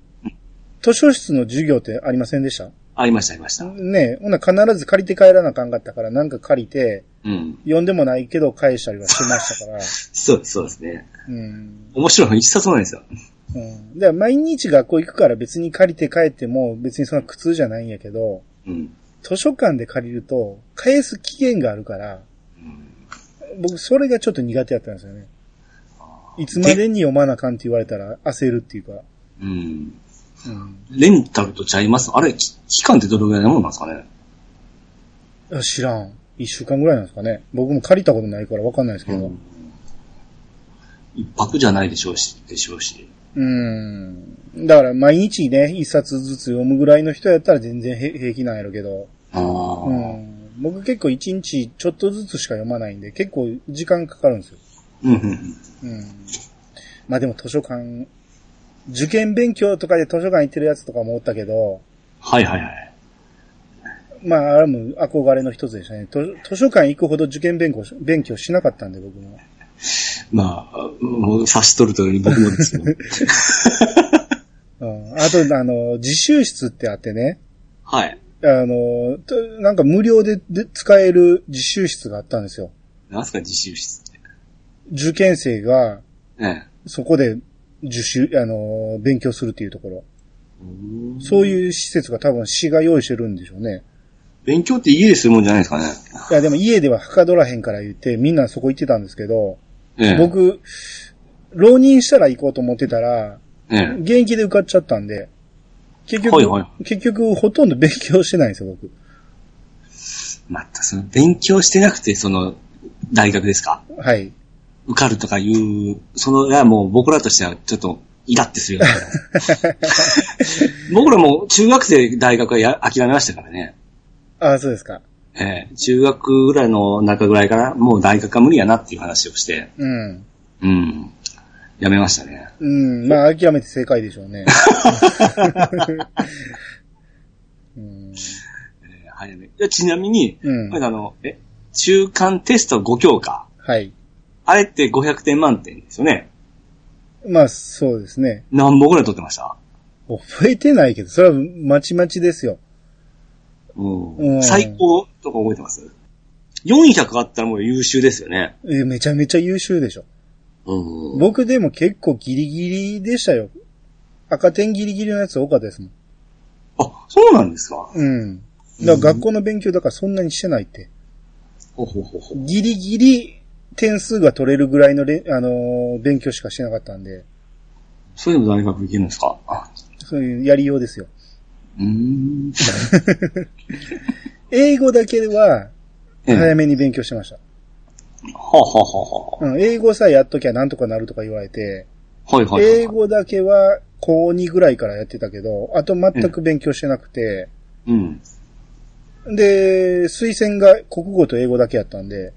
Speaker 1: 図書室の授業ってありませんでした
Speaker 2: ありました、ありました。
Speaker 1: ねえ、ほな必ず借りて帰らなあかんかったから、なんか借りて、
Speaker 2: うん。
Speaker 1: 読んでもないけど返したりはしてましたから、
Speaker 2: そうです、そうですね。
Speaker 1: うん。
Speaker 2: 面白いの一冊もないんですよ。
Speaker 1: うん。で、毎日学校行くから別に借りて帰っても別にそんな苦痛じゃないんやけど、
Speaker 2: うん。
Speaker 1: 図書館で借りると、返す期限があるから、僕、それがちょっと苦手だったんですよね。いつまでに読まなあかんって言われたら焦るっていうか。
Speaker 2: うん。
Speaker 1: うん
Speaker 2: レンタルとちゃいますあれ、き期間ってどれぐらいのものなんですかね
Speaker 1: あ。知らん。一週間ぐらいなんですかね。僕も借りたことないからわかんないですけど。
Speaker 2: 一泊じゃないでしょうし、でしょうし。
Speaker 1: うん。だから毎日ね、一冊ずつ読むぐらいの人やったら全然へ平気なんやろうけど。
Speaker 2: ああ、
Speaker 1: うん。僕結構一日ちょっとずつしか読まないんで、結構時間かかるんですよ。
Speaker 2: うんうんう
Speaker 1: う
Speaker 2: ん。
Speaker 1: ん。まあでも図書館、受験勉強とかで図書館行ってるやつとかもおったけど、
Speaker 2: はいはいはい。
Speaker 1: まあ、あれも憧れの一つでしたね。図図書館行くほど受験勉強し勉強しなかったんで、僕も。
Speaker 2: まあ、もう察しとるとおり僕もですけど。
Speaker 1: うん、あと、あの、自習室ってあってね、
Speaker 2: はい。
Speaker 1: あの、となんか無料でで使える自習室があったんですよ。
Speaker 2: なんすか、自習室って。
Speaker 1: 受験生が
Speaker 2: ええ。
Speaker 1: そこで受習、あの、勉強するっていうところ。そういう施設が多分市が用意してるんでしょうね。
Speaker 2: 勉強って家でするもんじゃないですかね。
Speaker 1: いや、でも家でははかどらへんから言って、みんなそこ行ってたんですけど、
Speaker 2: ええ。
Speaker 1: 僕、浪人したら行こうと思ってたら、
Speaker 2: ええ。
Speaker 1: 現役で受かっちゃったんで、結局、
Speaker 2: はいは
Speaker 1: 結局、ほとんど勉強してないんですよ、僕。
Speaker 2: また、その、勉強してなくて、その、大学ですか
Speaker 1: はい。
Speaker 2: 受かるとかいう、そのがもう僕らとしてはちょっとイラってするよね。 僕らもう中学生大学はや諦めましたからね。
Speaker 1: ああ、そうですか。
Speaker 2: ええ中学ぐらいの中ぐらいからもう大学は無理やなっていう話をして、
Speaker 1: うん。
Speaker 2: うん。やめましたね。
Speaker 1: うん、まあ、諦めて正解でしょう ね。うん、
Speaker 2: ええ早め。いやちなみに、
Speaker 1: うん
Speaker 2: これあの、え、中間テスト5教科。
Speaker 1: はい。
Speaker 2: あれって500点満点ですよね。
Speaker 1: まあ、そうですね。
Speaker 2: 何本ぐらい取ってました
Speaker 1: 覚えてないけど、それはまちまちですよ。
Speaker 2: う。
Speaker 1: うんん
Speaker 2: 最高とか覚えてます ?400 あったらもう優秀ですよね。
Speaker 1: えめちゃめちゃ優秀でしょ。
Speaker 2: うん
Speaker 1: 僕でも結構ギリギリでしたよ。赤点ギリギリのやつ多かったですもん。
Speaker 2: あ、そうなんですか
Speaker 1: うん。だから学校の勉強だからそんなにしてないって。
Speaker 2: ほほほほ。
Speaker 1: ギリギリ点数が取れるぐらいのれ、あのー勉強しかしてなかったんで、
Speaker 2: それでも大学行けるんですかあ
Speaker 1: そういうやりようですよ。
Speaker 2: うーん。
Speaker 1: 英語だけは、
Speaker 2: ええ
Speaker 1: 早めに勉強しました。
Speaker 2: はあ、はあは
Speaker 1: うん、英語さえやっときゃなんとかなるとか言われて、
Speaker 2: あはあ、はいはいはいはい。
Speaker 1: 英語だけは高2ぐらいからやってたけど、あと全く勉強してなくて、
Speaker 2: うん。
Speaker 1: で、推薦が国語と英語だけやったんで、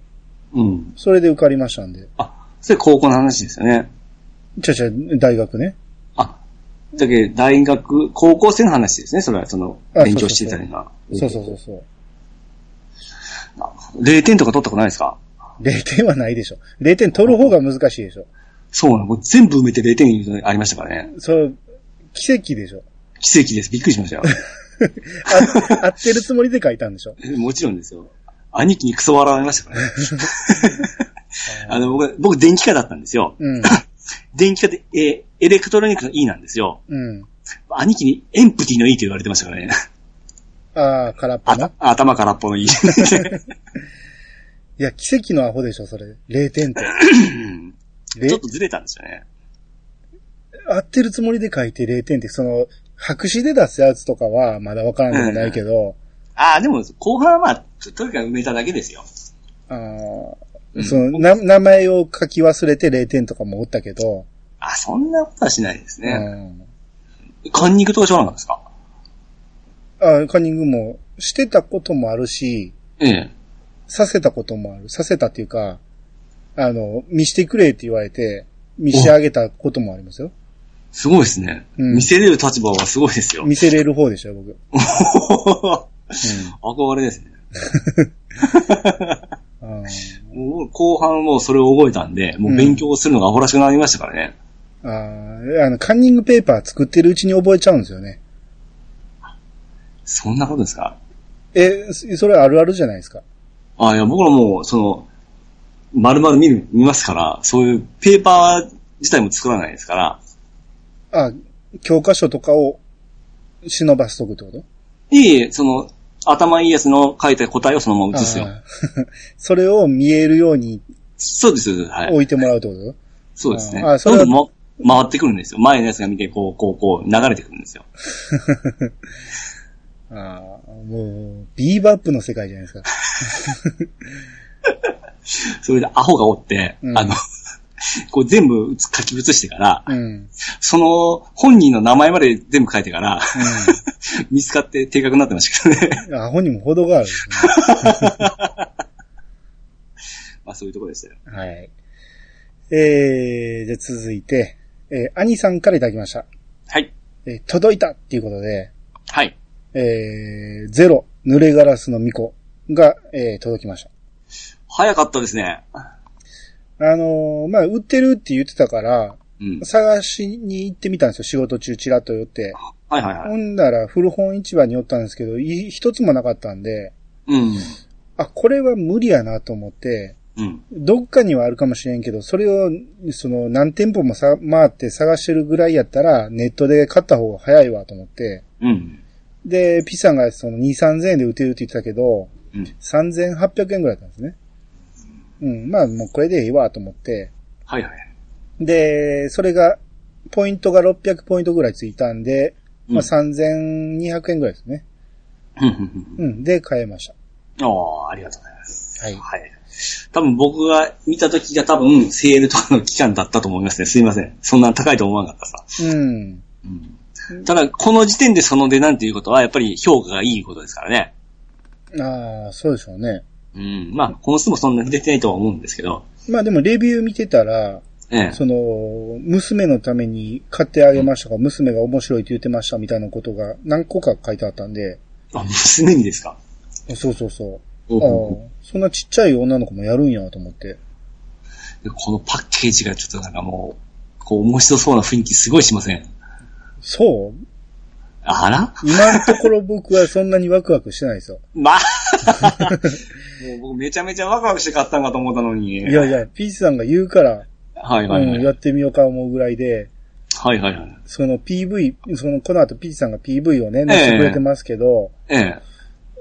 Speaker 2: うん。
Speaker 1: それで受かりましたんで。
Speaker 2: あ、それ高校の話ですよね。
Speaker 1: ちゃちゃ、大学ね。
Speaker 2: あ、だけど大学、高校生の話ですね、それは、その、
Speaker 1: あ
Speaker 2: 勉強してたりな。
Speaker 1: そうそうそうそう。
Speaker 2: 0点とか取ったことないですか
Speaker 1: 0点はないでしょ。0点取る方が難しいでしょ。
Speaker 2: そうなの、もう全部埋めて0点ありましたからね。
Speaker 1: そう、奇跡でしょ。
Speaker 2: 奇跡です。びっくりし ましたよ。
Speaker 1: あ合ってるつもりで書いたんでしょ。
Speaker 2: もちろんですよ。兄貴にクソ笑われましたから ね。あの、僕、僕、電気科だったんですよ。
Speaker 1: うん。
Speaker 2: 電気科で、えーエレクトロニックの E なんですよ。
Speaker 1: うん。
Speaker 2: 兄貴にエンプティの E と言われてましたからね。
Speaker 1: ああ、空っぽな
Speaker 2: あ。頭空っぽ の E。
Speaker 1: いや、奇跡のアホでしょ、それ。0点って。
Speaker 2: うん
Speaker 1: れ
Speaker 2: ちょっとずれたんですよね。
Speaker 1: 合ってるつもりで書いて0点って、その、白紙で出すやつとかはまだわからんでもないけど、
Speaker 2: ああ、でも、後半はまあ、ととにかく埋めただけですよ。
Speaker 1: あー
Speaker 2: うん
Speaker 1: そのな、名前を書き忘れて0点とかもおったけど、
Speaker 2: あ、そんなことはしないです
Speaker 1: う
Speaker 2: ね。
Speaker 1: ん。
Speaker 2: カンニングとかしょうがなかったですか
Speaker 1: あカンニングもしてたこともあるし、
Speaker 2: ええ。
Speaker 1: させたこともある。させたっていうか、あの、見してくれって言われて、見してあげたこともありますよ。
Speaker 2: すごいですね。
Speaker 1: うん
Speaker 2: 見せれる立場はすごいですよ。
Speaker 1: 見せれる方でしょ、僕。うん
Speaker 2: 憧れですね。
Speaker 1: あー
Speaker 2: もう後半もうそれを覚えたんで、もう勉強するのがアホらしくなりましたからね。
Speaker 1: あーあの、カンニングペーパー作ってるうちに覚えちゃうんですよね。
Speaker 2: そんなことですか
Speaker 1: え、そそれあるあるじゃないですか。
Speaker 2: あいや、僕らもう、その、丸々見る、見ますから、そういうペーパー自体も作らないですから、
Speaker 1: あ、教科書とかを忍ばしとくってこと
Speaker 2: いえいえ、その、頭いいやつの書いた答えをそのまま写すよ。
Speaker 1: あー それを見えるように
Speaker 2: そうです、そうですはい。
Speaker 1: 置いてもらうってこと、
Speaker 2: そうですね。
Speaker 1: ああそれ
Speaker 2: どん
Speaker 1: は
Speaker 2: どんも回ってくるんですよ。前のやつが見て、こう、こう、こう、流れてくるんですよ。
Speaker 1: ああ、もう、ビーバップの世界じゃないですか。
Speaker 2: それでアホがおって、
Speaker 1: うん
Speaker 2: あの、 こう全部書き写してから、
Speaker 1: うん。うん。
Speaker 2: その本人の名前まで全部書いてから、 見つかって定格になってましたけどね。
Speaker 1: アホにも程があるですね。
Speaker 2: まあそういうところでしたよ。
Speaker 1: はい。えー、じゃあ続いて、えー、兄さんからいただきました。
Speaker 2: はい。
Speaker 1: えー届いたっていうことで、
Speaker 2: はい。
Speaker 1: えー、ゼロ、濡れガラスの巫女が、えー、届きました。
Speaker 2: 早かったですね。
Speaker 1: あのーまあ、売ってるって言ってたから、
Speaker 2: うん。
Speaker 1: 探しに行ってみたんですよ。仕事中チラッと寄って。
Speaker 2: はいはいは
Speaker 1: ほ
Speaker 2: い。
Speaker 1: んなら古本市場に寄ったんですけど、い一つもなかったんで、
Speaker 2: うん。
Speaker 1: あ、これは無理やなと思って、
Speaker 2: うん。
Speaker 1: どっかにはあるかもしれんけど、それを、その、何店舗もさ、回って探してるぐらいやったら、ネットで買った方が早いわと思って。
Speaker 2: うん。
Speaker 1: で、ピさんがその2、3000円で売ってるって言ってたけど、
Speaker 2: うん。
Speaker 1: 3800円ぐらいだったんですね。うん、まあもうこれでいいわと思って。
Speaker 2: はいはい。
Speaker 1: で、それが、ポイントが600ポイントぐらいついたんで、まあ
Speaker 2: あ
Speaker 1: 3200円ぐらいですね。、
Speaker 2: うんうんう
Speaker 1: う
Speaker 2: ん
Speaker 1: ん、で、買えました。
Speaker 2: うんおーありがとうございます。
Speaker 1: はい
Speaker 2: はい。多分僕が見た時が多分セールとかの期間だったと思いますね。すいません。そんな高いと思わなかったさ。
Speaker 1: うん。
Speaker 2: ただ、この時点でその値段ということは、やっぱり評価がいいことですからね。
Speaker 1: ああ、そうでしょうね。
Speaker 2: うん。まあ、本数もそんなに出てないとは思うんですけど。
Speaker 1: まあでもレビュー見てたら、
Speaker 2: ええ。
Speaker 1: その、娘のために買ってあげましたか、娘が面白いって言ってましたみたいなことが何個か書いてあったんで、
Speaker 2: あ、娘にですか
Speaker 1: そうそうそう。
Speaker 2: うん
Speaker 1: ああ、そんなちっちゃい女の子もやるんやと思って。
Speaker 2: でこのパッケージがちょっとなんかもう、こう面白そうな雰囲気すごいしません。
Speaker 1: そう
Speaker 2: あら
Speaker 1: 今のところ僕はそんなにワクワクしてないですよ。
Speaker 2: まあもう僕めちゃめちゃワクワクして買ったんかと思ったのに。
Speaker 1: いやい。や、ピーチさんが言うから、
Speaker 2: はいは
Speaker 1: う
Speaker 2: いは
Speaker 1: ん、
Speaker 2: い。
Speaker 1: やってみようか思うぐらいで、
Speaker 2: はいはいはい。
Speaker 1: その PV、その、この後ピーチさんが PV をね、載せてくれてますけど、
Speaker 2: ええ。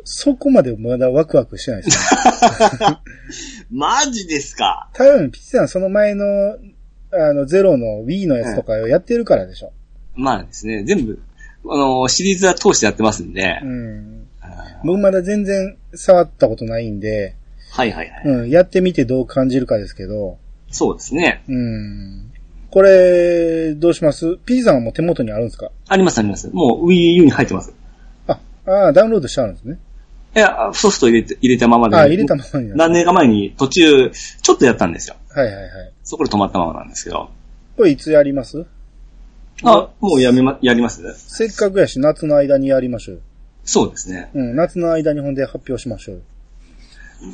Speaker 1: そこまでまだワクワクしてないですよ。
Speaker 2: マジですか
Speaker 1: 多分ピーチさんその前の、あの、ゼロの Wii のやつとかやってるからでしょ。
Speaker 2: まあですね、全部、あの、シリーズは通してやってますんで
Speaker 1: う。ん。
Speaker 2: あー
Speaker 1: 僕まだ全然触ったことないんで、
Speaker 2: はいはいはい。
Speaker 1: うん、やってみてどう感じるかですけど、
Speaker 2: そうですね。
Speaker 1: うん。これ、どうします ?P さんはもう手元にあるんですか
Speaker 2: ありますあります。もう Wii U に入ってます。
Speaker 1: あ、ああ、ダウンロードしてあるんですね。
Speaker 2: いや、ソフト入れて、入れたままで。
Speaker 1: ああ、入れたままになる。
Speaker 2: 何年か前に途中、ちょっとやったんですよ。
Speaker 1: はいはいはい。
Speaker 2: そこで止まったままなんですけど。
Speaker 1: これいつやります
Speaker 2: あ、もうやめま、やります
Speaker 1: せっかくやし、夏の間にやりましょう。
Speaker 2: そうですね。
Speaker 1: うん、夏の間にほんで発表しましょう。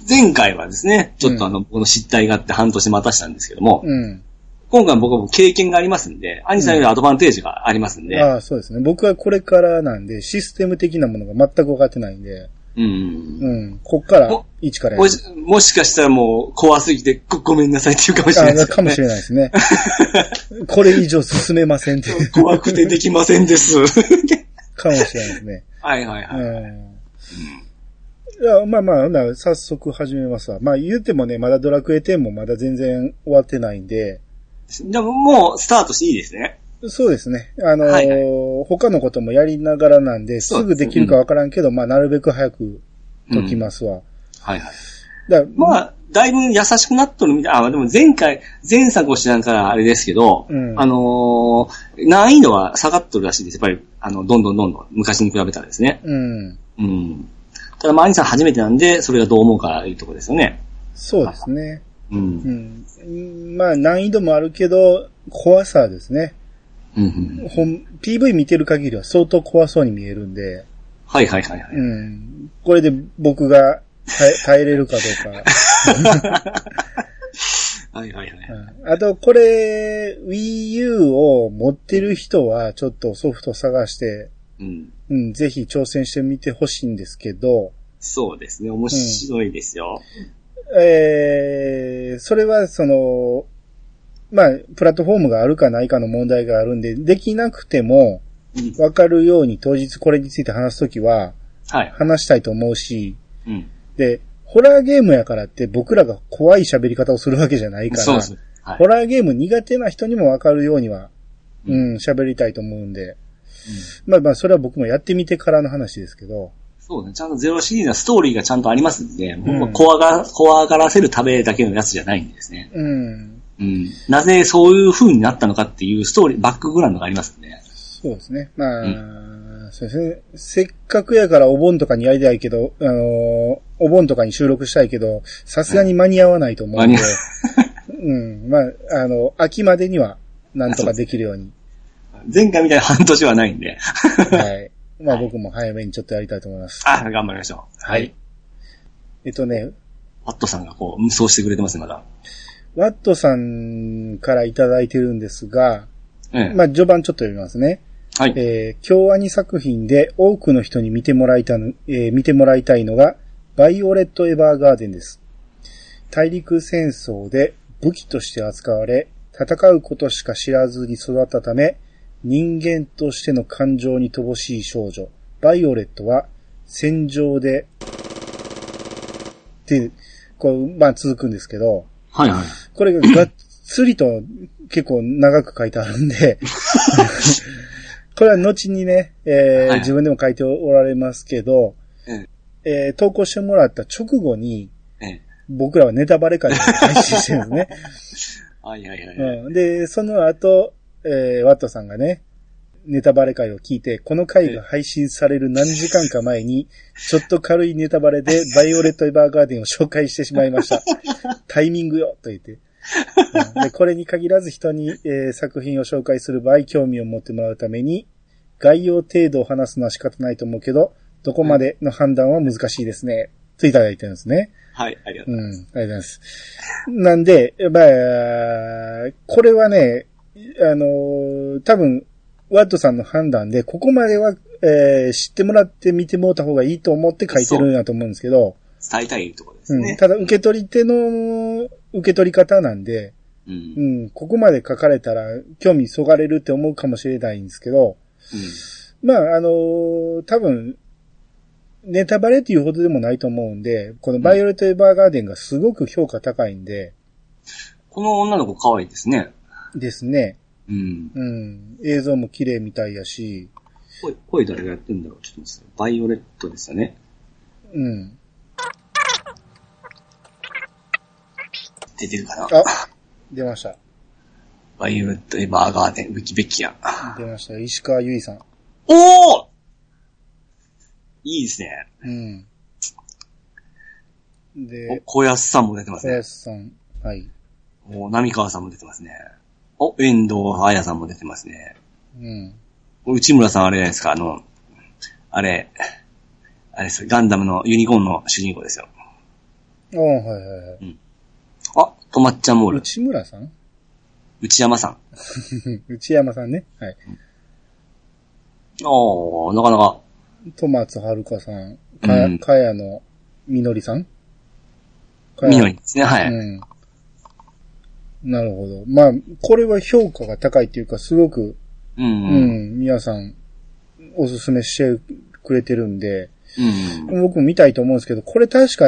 Speaker 2: 前回はですね、ちょっとあの、僕の失態があって半年待たしたんですけども、
Speaker 1: うん。
Speaker 2: 今回僕はもう経験がありますんで、兄さんよりアドバンテージがありますんで、
Speaker 1: ああ、そうですね。僕はこれからなんで、システム的なものが全く分かってないんで、
Speaker 2: うんうん
Speaker 1: うん、こっから
Speaker 2: お、
Speaker 1: 一からや
Speaker 2: も
Speaker 1: る。
Speaker 2: し、もしかしたらもう怖すぎてごごめんなさいっていうかもしれないで
Speaker 1: あ
Speaker 2: すけ
Speaker 1: か
Speaker 2: ど、
Speaker 1: も
Speaker 2: ね。
Speaker 1: しれないです ね。これ以上進めませんって、
Speaker 2: 怖くてできません です。
Speaker 1: かもしれないですね。
Speaker 2: はい はいはい。
Speaker 1: うん。いや、まあまあ、ほんなら早速始めますわ。まあ言うてもね、まだドラクエ10もまだ全然終わってないんで、
Speaker 2: でももうスタートしていいですね。
Speaker 1: そうですね。あのー
Speaker 2: はいは
Speaker 1: 他のこともやりながらなんで、
Speaker 2: そ
Speaker 1: す
Speaker 2: う
Speaker 1: ぐ
Speaker 2: です
Speaker 1: できるかわからんけど、まあなるべく早く解きますわ。
Speaker 2: はいはい。
Speaker 1: だから
Speaker 2: まあ、だいぶ優しくなっとるみたい。あ、でも前回、前作を知らんからあれですけど、
Speaker 1: うん
Speaker 2: あのー難易度は下がっとるらしいです。やっぱり、あの、どんどんどんどん昔に比べたらですね。
Speaker 1: うん。
Speaker 2: うん。ただ、まあ、兄さん初めてなんで、それがどう思うかいうとこですよね。
Speaker 1: そうですね。
Speaker 2: う。
Speaker 1: うんん。まあ難易度もあるけど、怖さですね。
Speaker 2: うんうん、
Speaker 1: ほん PV 見てる限りは相当怖そうに見えるんで、
Speaker 2: はいはいはいはい。
Speaker 1: うん。これで僕が 耐え耐えれるかどうか。
Speaker 2: はいはいはい。
Speaker 1: うんあと、これ、Wii U を持ってる人は、ちょっとソフト探して、
Speaker 2: うん。
Speaker 1: うん、ぜひ挑戦してみてほしいんですけど、
Speaker 2: そうですね。面白いですよ。
Speaker 1: えー、それは、その、まあ、プラットフォームがあるかないかの問題があるんで、できなくても、
Speaker 2: うん
Speaker 1: わかるように当日これについて話すときは、
Speaker 2: はい。
Speaker 1: 話したいと思うし、
Speaker 2: うん。
Speaker 1: で、ホラーゲームやからって僕らが怖い喋り方をするわけじゃないから、
Speaker 2: そうですね。はい
Speaker 1: ホ。ラーゲーム苦手な人にもわかるようには、
Speaker 2: う
Speaker 1: うん、喋りたいと思うんで。まあまあ、それは僕もやってみてからの話ですけど。
Speaker 2: そうね。ちゃんとゼロシリーズはストーリーがちゃんとありますんで、
Speaker 1: ん
Speaker 2: もう怖が、怖がらせるためだけのやつじゃないんですね。
Speaker 1: うん。
Speaker 2: うん。なぜそういう風になったのかっていうストーリー、バックグラウンドがありますね。
Speaker 1: そうですね。まあ、そうですね。せっかくやからお盆とかにやりたいけど、あのーお盆とかに収録したいけど、さすがに間に合わないと思うんで、うん。まあ、あの、秋までには、なんとかできるように。
Speaker 2: 前回みたいな半年はないんで。
Speaker 1: はい。まあ僕も早めにちょっとやりたいと思います。
Speaker 2: あ、頑張りましょう。
Speaker 1: はい。えっとね、
Speaker 2: ワットさんがこう、無双してくれてますね、まだ。
Speaker 1: ワットさんからいただいてるんですが、
Speaker 2: ええ。
Speaker 1: まあ、序盤ちょっと読みますね。
Speaker 2: はい。
Speaker 1: えー、京アニ作品で多くの人に見てもらいたの、えー見てもらいたいのが、バイオレット・エヴァーガーデンです。大陸戦争で武器として扱われ、戦うことしか知らずに育ったため、人間としての感情に乏しい少女、バイオレットは、戦場で、って、こう、まあ続くんですけど、
Speaker 2: はいはい。
Speaker 1: これががっつりと結構長く書いてあるん で、これは後にね、えー
Speaker 2: はい
Speaker 1: 自分でも書いておられますけど、
Speaker 2: うん
Speaker 1: えー投稿してもらった直後に、
Speaker 2: ええ。
Speaker 1: 僕らはネタバレ会で配信してるんですね。
Speaker 2: はいはいはい。
Speaker 1: うん、で、その後、えーワットさんがね、ネタバレ会を聞いて、この回が配信される何時間か前に、ちょっと軽いネタバレで、バイオレット・エヴァーガーデンを紹介してしまいま した。タイミングよと言って。うんでこれに限らず人に、えー作品を紹介する場合、興味を持ってもらうために、概要程度を話すのは仕方ないと思うけど、どこまでの判断は難しいですね。といただいてるんですね。
Speaker 2: はい、ありがと
Speaker 1: う
Speaker 2: う。
Speaker 1: ん、ありがとうございます。なんで、まあ、これはね、あのー多分、ワットさんの判断で、ここまでは、えー知ってもらって見てもらった方がいいと思って書いてるんだと思うんですけど、
Speaker 2: 伝えたいところです
Speaker 1: うん
Speaker 2: ね。
Speaker 1: ただ受け取り手の受け取り方なんで、
Speaker 2: うん。うん
Speaker 1: う。ん、ここまで書かれたら興味そがれるって思うかもしれないんですけど、まあ、あのー多分、ネタバレっていうほどでもないと思うんで、このバイオレット・エヴァーガーデンがすごく評価高いんで、
Speaker 2: この女の子可愛いですね。
Speaker 1: ですね。
Speaker 2: うん。
Speaker 1: うん。映像も綺麗みたいやし、
Speaker 2: 声、声誰がやってんだろうちょっと待ってください。バイオレットですよね。
Speaker 1: うん。
Speaker 2: 出てるかな
Speaker 1: あ、出ました。
Speaker 2: バイオレット、エヴァーガーデン、ウィキベキアン。
Speaker 1: 出ました。石川由依さん。
Speaker 2: おおいいですね。
Speaker 1: うん。で
Speaker 2: お、小安さんも出てます
Speaker 1: 小
Speaker 2: ね。
Speaker 1: 安さん。はい。
Speaker 2: お波川さんも出てますね。お、遠藤彩さんも出てますね。
Speaker 1: うん。
Speaker 2: お内村さんあれじゃないですか、あの、あれ、あれですよガンダムのユニコーンの主人公ですよ。
Speaker 1: ああ、はいはいはい。
Speaker 2: あ、とまっちゃんモール、
Speaker 1: 内村さん
Speaker 2: 内山さん。
Speaker 1: 内山さんね。はい。
Speaker 2: おー、なかなか、
Speaker 1: 戸松遥香さん。かや、
Speaker 2: うん
Speaker 1: かやのみのりさんかや
Speaker 2: みのりですね、はい。
Speaker 1: うん。なるほど。まあ、これは評価が高いっていうか、すごく、
Speaker 2: うん。
Speaker 1: う
Speaker 2: うん。うん
Speaker 1: ん、皆さん、おすすめしてくれてるんで、
Speaker 2: うん。
Speaker 1: 僕も見たいと思うんですけど、これ確か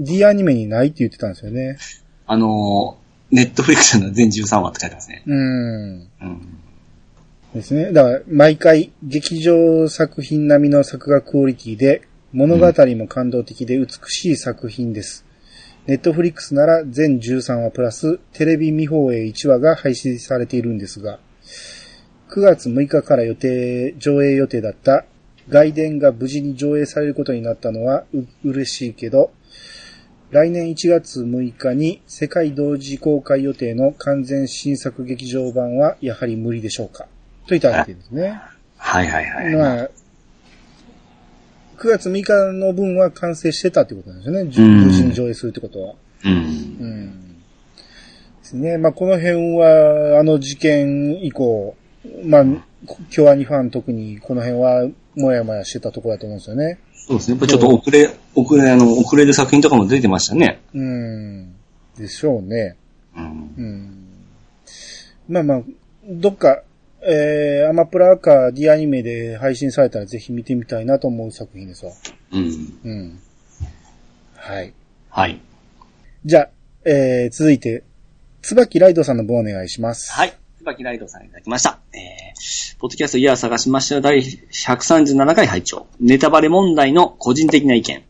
Speaker 1: D アニメにないって言ってたんですよね。
Speaker 2: あのー、ネットフリクションの全13話って書いてますね。
Speaker 1: うん。
Speaker 2: うん。
Speaker 1: ですね。だから、毎回、劇場作品並みの作画クオリティで、物語も感動的で美しい作品です。ネットフリックスなら全13話プラス、テレビ未放映1話が配信されているんですが、9月6日から予定、上映予定だった、外伝が無事に上映されることになったのはう嬉しいけど、来年1月6日に世界同時公開予定の完全新作劇場版はやはり無理でしょうかといただいてるんですね。
Speaker 2: はいはいはい。
Speaker 1: まあ、9月6日の分は完成してたってことなんですよね。じゅ
Speaker 2: うん
Speaker 1: 無事に上映するってことは。
Speaker 2: うん。
Speaker 1: うん。ですね。まあ、この辺は、あの事件以降、まあ、京アニファン特にこの辺は、もやもやしてたところだと思うんですよね。
Speaker 2: そうですね。やっぱちょっと遅れ、遅れ、あの、遅れる作品とかも出てましたね。
Speaker 1: うん。でしょうね。
Speaker 2: うん。
Speaker 1: うん。まあまあ、どっか、えー、アマプラか D アニメで配信されたらぜひ見てみたいなと思う作品ですわ。
Speaker 2: うん。
Speaker 1: うん。はい。
Speaker 2: はい。
Speaker 1: じゃあ、えー、続いて、椿ライドさんの分お願いします。
Speaker 2: はい。椿ライドさんいただきました。えー、ポッドキャストイヤー探しましたよ第137回拝聴ネタバレ問題の個人的な意見。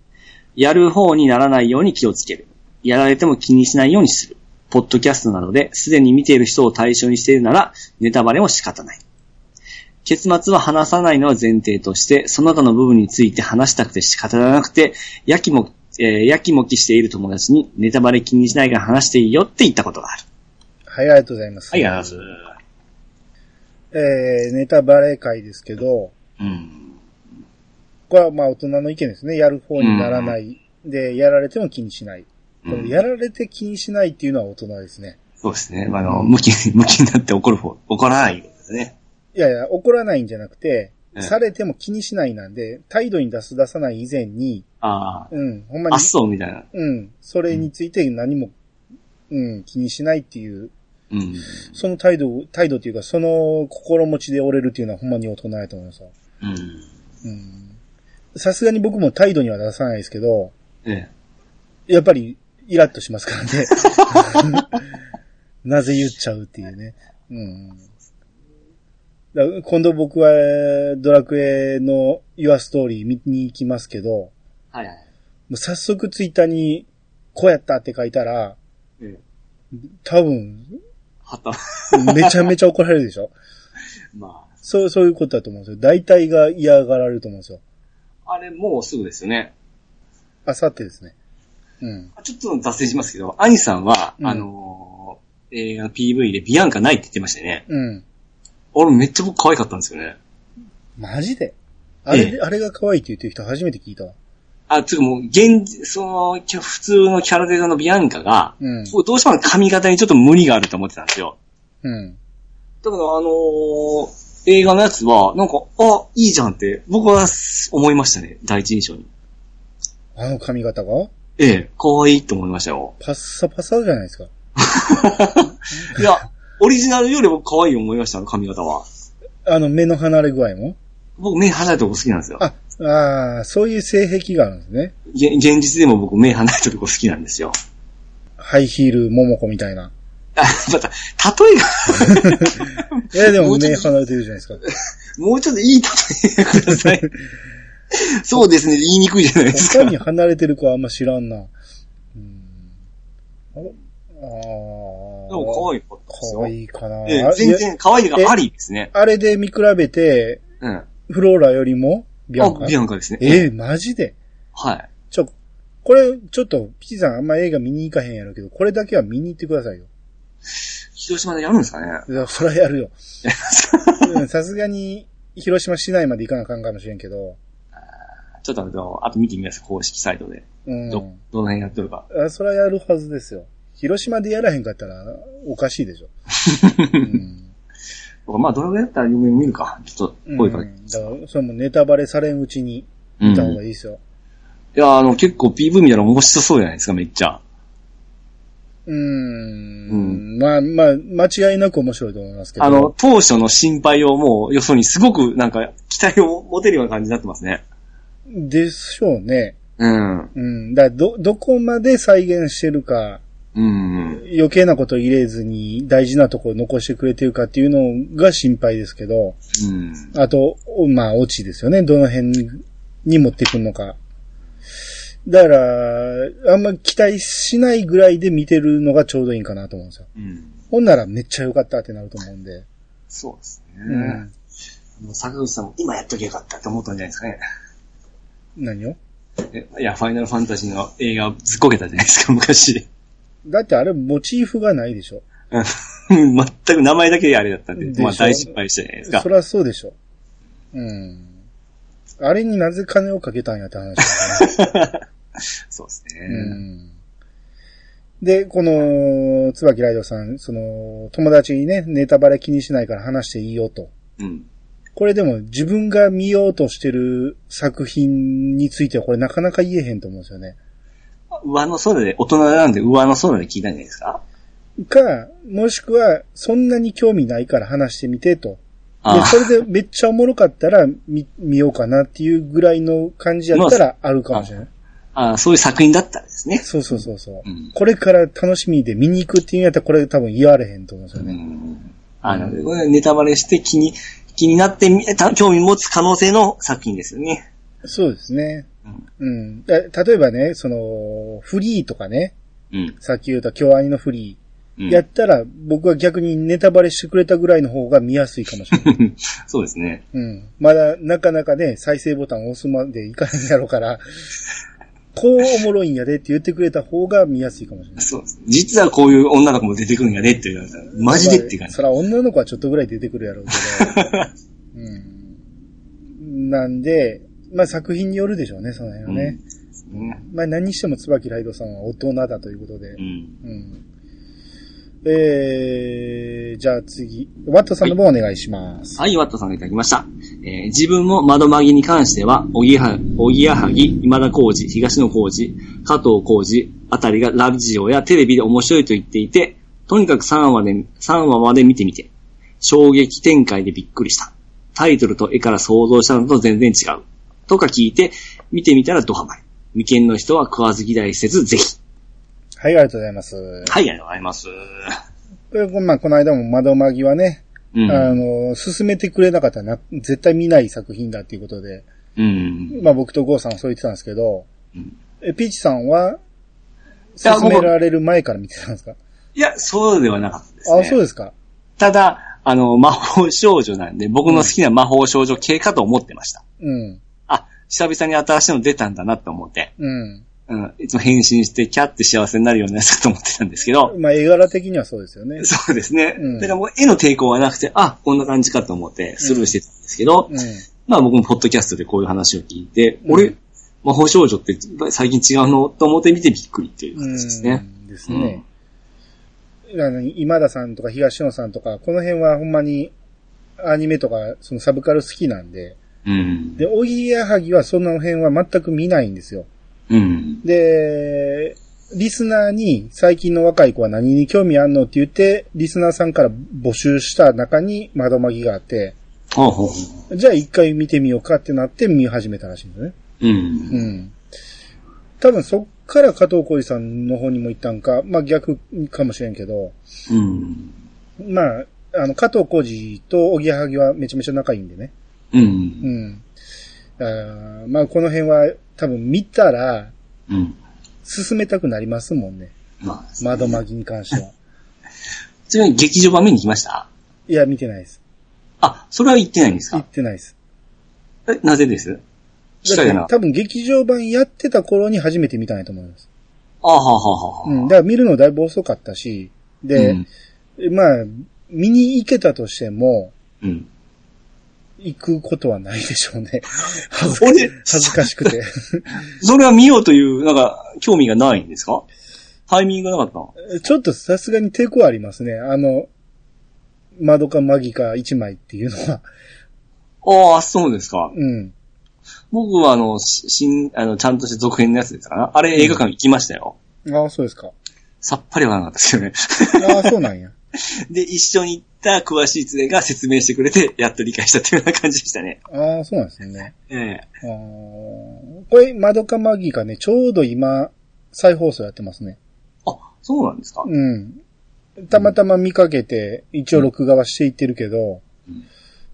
Speaker 2: やる方にならないように気をつける。やられても気にしないようにする。ポッドキャストなどで、すでに見ている人を対象にしているなら、ネタバレも仕方ない。結末は話さないのは前提として、その他の部分について話したくて仕方がなくて、やきも、えーやきもきしている友達に、ネタバレ気にしないから話していいよって言ったことがある。
Speaker 1: はい、ありがとうございます。
Speaker 2: はい、ありがとうございます。
Speaker 1: えー、ネタバレ会ですけど、
Speaker 2: うん。
Speaker 1: これはまあ大人の意見ですね。やる方にならない。で、やられても気にしない。このやられて気にしないっていうのは大人ですね。
Speaker 2: そうですね。まあ、あの、向き、 向きになって怒る方、怒らないですね。
Speaker 1: いやいや、怒らないんじゃなくて、
Speaker 2: うん
Speaker 1: されても気にしないなんで、態度に出す出さない以前に、
Speaker 2: あ
Speaker 1: うん、ほん
Speaker 2: あ、
Speaker 1: ま
Speaker 2: あっ
Speaker 1: に、
Speaker 2: そうみたいな。
Speaker 1: うん、それについて何も、うん、気にしないっていう、
Speaker 2: うん。
Speaker 1: その態度、態度っていうか、その心持ちで折れるっていうのはほんまに大人やと思いますよ。
Speaker 2: うん。
Speaker 1: うん。さすがに僕も態度には出さないですけど、
Speaker 2: ええ。
Speaker 1: やっぱり、イラッとしますからね。 なぜ言っちゃうっていうね。うん。だから今度僕は、ドラクエの Your Story 見に行きますけど、も
Speaker 2: はいはい。
Speaker 1: う早速ツイッターに、こうやったって書いたら、
Speaker 2: ええ。
Speaker 1: 多分、
Speaker 2: はた、
Speaker 1: めちゃめちゃ怒られるでしょ
Speaker 2: ま
Speaker 1: そう、そういうことだと思うんですよ。大体が嫌がられると思うんですよ。
Speaker 2: あ、あれもうすぐですよね。
Speaker 1: あさってですね。うん。
Speaker 2: ちょっと脱線しますけど、アニさんは、
Speaker 1: うん
Speaker 2: あのー、映画の PV でビアンカないって言ってましたよね。
Speaker 1: うん。
Speaker 2: 俺めっちゃ僕可愛かったんですよね。
Speaker 1: マジであれで、
Speaker 2: ええ
Speaker 1: あれが可愛いって言ってる人初めて聞いたわ。
Speaker 2: あ、つうかもう、現、その、きゃ普通のキャラデザのビアンカが、
Speaker 1: うん。
Speaker 2: 僕どうしても髪型にちょっと無理があると思ってたんですよ。
Speaker 1: うん。
Speaker 2: だから、あのー映画のやつは、なんか、あ、いいじゃんって、僕は思いましたね、第一印象に。
Speaker 1: あの髪型が
Speaker 2: ええ、可愛いと思いまし たよ。
Speaker 1: パッサパサじゃないですか。
Speaker 2: いや、オリジナルより僕可愛い思いました、あの髪型は。
Speaker 1: あの、目の離れ具合も
Speaker 2: 僕目離れたとこ好きなんですよ。
Speaker 1: あ、ああ、そういう性癖があるんですね。
Speaker 2: げ現実でも僕目離れたとこ好きなんですよ。
Speaker 1: ハイヒール、モモコみたいな。
Speaker 2: あ、また、例えが、
Speaker 1: いや、で
Speaker 2: も
Speaker 1: も
Speaker 2: うちょっ
Speaker 1: 目
Speaker 2: と
Speaker 1: 離れてるじゃないですか。
Speaker 2: もうちょっといい例えく ださい。そうですね、言いにくいじゃないです
Speaker 1: 他
Speaker 2: か
Speaker 1: に。離れてる子はあんま知らんな。うん。あれあ
Speaker 2: でも可
Speaker 1: 愛い。
Speaker 2: 愛いかったです
Speaker 1: かわ。いいかな。
Speaker 2: よええ
Speaker 1: あ
Speaker 2: 全
Speaker 1: いや
Speaker 2: 然可愛いがありですね。
Speaker 1: あれで見比べて、
Speaker 2: うん。あ、
Speaker 1: フローラよりもビアンカ
Speaker 2: ビアンカですね。
Speaker 1: ええマジで
Speaker 2: はい。
Speaker 1: ちょ、これ、ちょっと、ピチさんあんま映画見に行かへんやろうけど、これだけは見に行ってくださいよ。
Speaker 2: 広島でやるんですかね
Speaker 1: いやそれはやる よ。うんさすがに、広島市内まで行かなあかんかもしれんけど。
Speaker 2: ちょっとあのあと見てみます、公式サイトで。
Speaker 1: うん。
Speaker 2: ど、どの辺やってるか。
Speaker 1: あそれはやるはずですよ。広島でやらへんかったら、おかしいで しょ。うん
Speaker 2: 僕まあ、どれぐらいだったら嫁見るか。ちょっと、
Speaker 1: う
Speaker 2: 声
Speaker 1: ん。
Speaker 2: かけ
Speaker 1: だから、それもネタバレされんうちに
Speaker 2: うん
Speaker 1: 見た方がいいですよ。
Speaker 2: いや、あの、結構 PV 見たら面白そうじゃないですか、めっちゃ。
Speaker 1: うー。
Speaker 2: うん
Speaker 1: まあまあ、間違いなく面白いと思いますけど。
Speaker 2: あの、、当初の心配をもう、よそにすごく、なんか、期待を持てるような感じになってますね。
Speaker 1: でしょうね。
Speaker 2: うん。
Speaker 1: うん。だからど、どこまで再現してるか、
Speaker 2: うん。
Speaker 1: 余計なこと入れずに大事なところ残してくれてるかっていうのが心配ですけど、
Speaker 2: うん。
Speaker 1: あと、おまあ、オチですよね。どの辺に持ってくるのか。だから、あんま期待しないぐらいで見てるのがちょうどいいんかなと思うんですよ。
Speaker 2: うん。
Speaker 1: ほんならめっちゃ良かったってなると思うんで。
Speaker 2: そうですね。
Speaker 1: うん。
Speaker 2: あの坂口さんも今やっときゃよかったって思ったんじゃない
Speaker 1: 何を
Speaker 2: ですかね。えいや、ファイナルファンタジーの映画ずっこけたじゃないですか、昔。
Speaker 1: だってあれモチーフがないでしょ。
Speaker 2: うん全く名前だけあれだったん
Speaker 1: でし
Speaker 2: で、
Speaker 1: ょ
Speaker 2: まあ大失敗したじゃないですか
Speaker 1: そ。りゃそうでしょ。うん。あれになぜ金をかけたんやって話だね。
Speaker 2: そうです
Speaker 1: う
Speaker 2: ね。
Speaker 1: んで、この、椿ライドさん、その、友達にね、ネタバレ気にしないから話していいよと。
Speaker 2: うん。
Speaker 1: これでも自分が見ようとしてる作品についてはこれなかなか言えへんと思うんですよね。
Speaker 2: 上の空で、大人なんで上の空で聞いたんじゃないですか
Speaker 1: か、もしくは、そんなに興味ないから話してみてと。で、
Speaker 2: あ
Speaker 1: それでめっちゃおもろかったら見、見ようかなっていうぐらいの感じやったらあるかもしれない。
Speaker 2: あ、そういう作品だったんですね。
Speaker 1: そうそうそうそう。
Speaker 2: うん
Speaker 1: これから楽しみで見に行くっていうんやったらこれ多分言われへんと思うんですよ
Speaker 2: う
Speaker 1: ね。
Speaker 2: ん。あの、これネタバレして気に、気になってみ、た興味持つ可能性の作品ですよね。
Speaker 1: そうですね。うん。だ例えばね、その、フリーとかね、
Speaker 2: うん。
Speaker 1: さっき言った京アニのフリ
Speaker 2: う
Speaker 1: ー、
Speaker 2: ん
Speaker 1: やったら、僕は逆にネタバレしてくれたぐらいの方が見やすいかもしれ ない。
Speaker 2: そうですね。
Speaker 1: うん。まだ、なかなかね、再生ボタンを押すまでいかへんやろから、こうおもろいんやでって言ってくれた方が見やすいかもしれない。
Speaker 2: そうです。実はこういう女の子も出てくるんやねっていうのはマジでっていう感じ
Speaker 1: そ。ら、女の子はちょっとぐらい出てくるやろうけ ど。うん。なんで、まあ作品によるでしょうね、その辺はね。
Speaker 2: うん
Speaker 1: まあ何にしても椿ライドさんは大人だということで
Speaker 2: う。ん。
Speaker 1: うん。えー、じゃあ次、ワットさんの方お願いします。
Speaker 2: はい、ワットさんがいただきました。えー自分も窓マギに関しては、おぎやは、おぎやはぎ、今田耕司、東野耕司、加藤耕司あたりがラジオやテレビで面白いと言っていて、とにかく3話で、三話まで見てみて、衝撃展開でびっくりした。タイトルと絵から想像したのと全然違う。とか聞いて、見てみたらドハマり。未見の人は食わず嫌いせず、ぜひ。
Speaker 1: はい、ありがとうございます。
Speaker 2: はい、ありがとうございます。
Speaker 1: これ、まあ、この間も窓マギはね、
Speaker 2: うん。
Speaker 1: あの、進めてくれなかったらな、絶対見ない作品だっていうことで、
Speaker 2: うん。
Speaker 1: まあ僕とゴーさんはそう言ってたんですけど
Speaker 2: うん、
Speaker 1: え、ピーチさんは、
Speaker 2: や
Speaker 1: 進められる前から見てたんですか
Speaker 2: いや、そうではなかったですね。
Speaker 1: あ、そうですか。
Speaker 2: ただ、あの、魔法少女なんで、僕の好きな魔法少女系かと思ってました。
Speaker 1: うん。
Speaker 2: あ、久々に新しいの出たんだなと思って。
Speaker 1: うん。
Speaker 2: うん。いつも変身して、キャって幸せになるようなやつだと思ってたんですけど、
Speaker 1: まあ、絵柄的にはそうですよね。
Speaker 2: そうですね。
Speaker 1: うん
Speaker 2: だからもう絵の抵抗はなくて、あ、こんな感じかと思ってスルーしてたんですけど、
Speaker 1: うん。
Speaker 2: まあ僕もポッドキャストでこういう話を聞いて、
Speaker 1: うん
Speaker 2: 俺、魔法少女って最近違うのと思って見てびっくりっていう
Speaker 1: うん。
Speaker 2: 感じですね。
Speaker 1: ですね。あの、今田さんとか東野さんとか、この辺はほんまにアニメとか、そのサブカル好きなんで、
Speaker 2: うん。
Speaker 1: で、おぎやはぎはその辺は全く見ないんですよ。
Speaker 2: うん。
Speaker 1: で、リスナーに最近の若い子は何に興味あんのって言って、リスナーさんから募集した中に窓まぎがあって、
Speaker 2: ほうほうほ
Speaker 1: じゃあ一回見てみようかってなって見始めたらしいんですね。
Speaker 2: う。うん。
Speaker 1: うん。多分そっから加藤浩次さんの方にも行ったんか、まあ逆かもしれんけど、
Speaker 2: うん。
Speaker 1: まあ、あの、加藤浩二とおぎやはぎはめちゃめちゃ仲いいんでね。
Speaker 2: うん。
Speaker 1: うん。あーまあ、この辺は多分見たら、
Speaker 2: うん。
Speaker 1: 進めたくなりますもんね。
Speaker 2: まあ、
Speaker 1: 窓巻きに関しては。
Speaker 2: ちなみに劇場版見に来ました
Speaker 1: いや、見てないです。
Speaker 2: あ、それは行ってないんです
Speaker 1: 行っ
Speaker 2: か
Speaker 1: てないです。
Speaker 2: え、なぜです
Speaker 1: だ
Speaker 2: 機械
Speaker 1: っ
Speaker 2: な
Speaker 1: て。多分劇場版やってた頃に初めて見たんやと思います。
Speaker 2: あはははは。
Speaker 1: うん。だから見るのだいぶ遅かったし、で、
Speaker 2: うん
Speaker 1: まあ、見に行けたとしても、
Speaker 2: うん。
Speaker 1: 行くことはないでしょう ね。恥ずか
Speaker 2: 俺、
Speaker 1: 恥ずかしくて。
Speaker 2: それは見ようという、なんか、興味がないんですかタイミングがなかったの
Speaker 1: ちょっとさすがに抵抗ありますね。あの、窓かマギか一枚っていうのは。
Speaker 2: ああ、そうですか。
Speaker 1: うん。
Speaker 2: 僕は、あの、し新、あの、ちゃんとした続編のやつですかなあれ映画館行きましたよ。
Speaker 1: ああ、そうですか。
Speaker 2: さっぱりわからなかったですよ
Speaker 1: ああ、そうなんや。
Speaker 2: ね。 で、一緒に行った詳しい連れが説明してくれて、やっと理解したっていうような感じでしたね。
Speaker 1: ああ、そうなんですね。
Speaker 2: ええ
Speaker 1: あーこれ、窓かマギかね、ちょうど今、再放送やってますね。
Speaker 2: あ、そうなんですか
Speaker 1: うん。たまたま見かけて、一応録画はしていってるけど、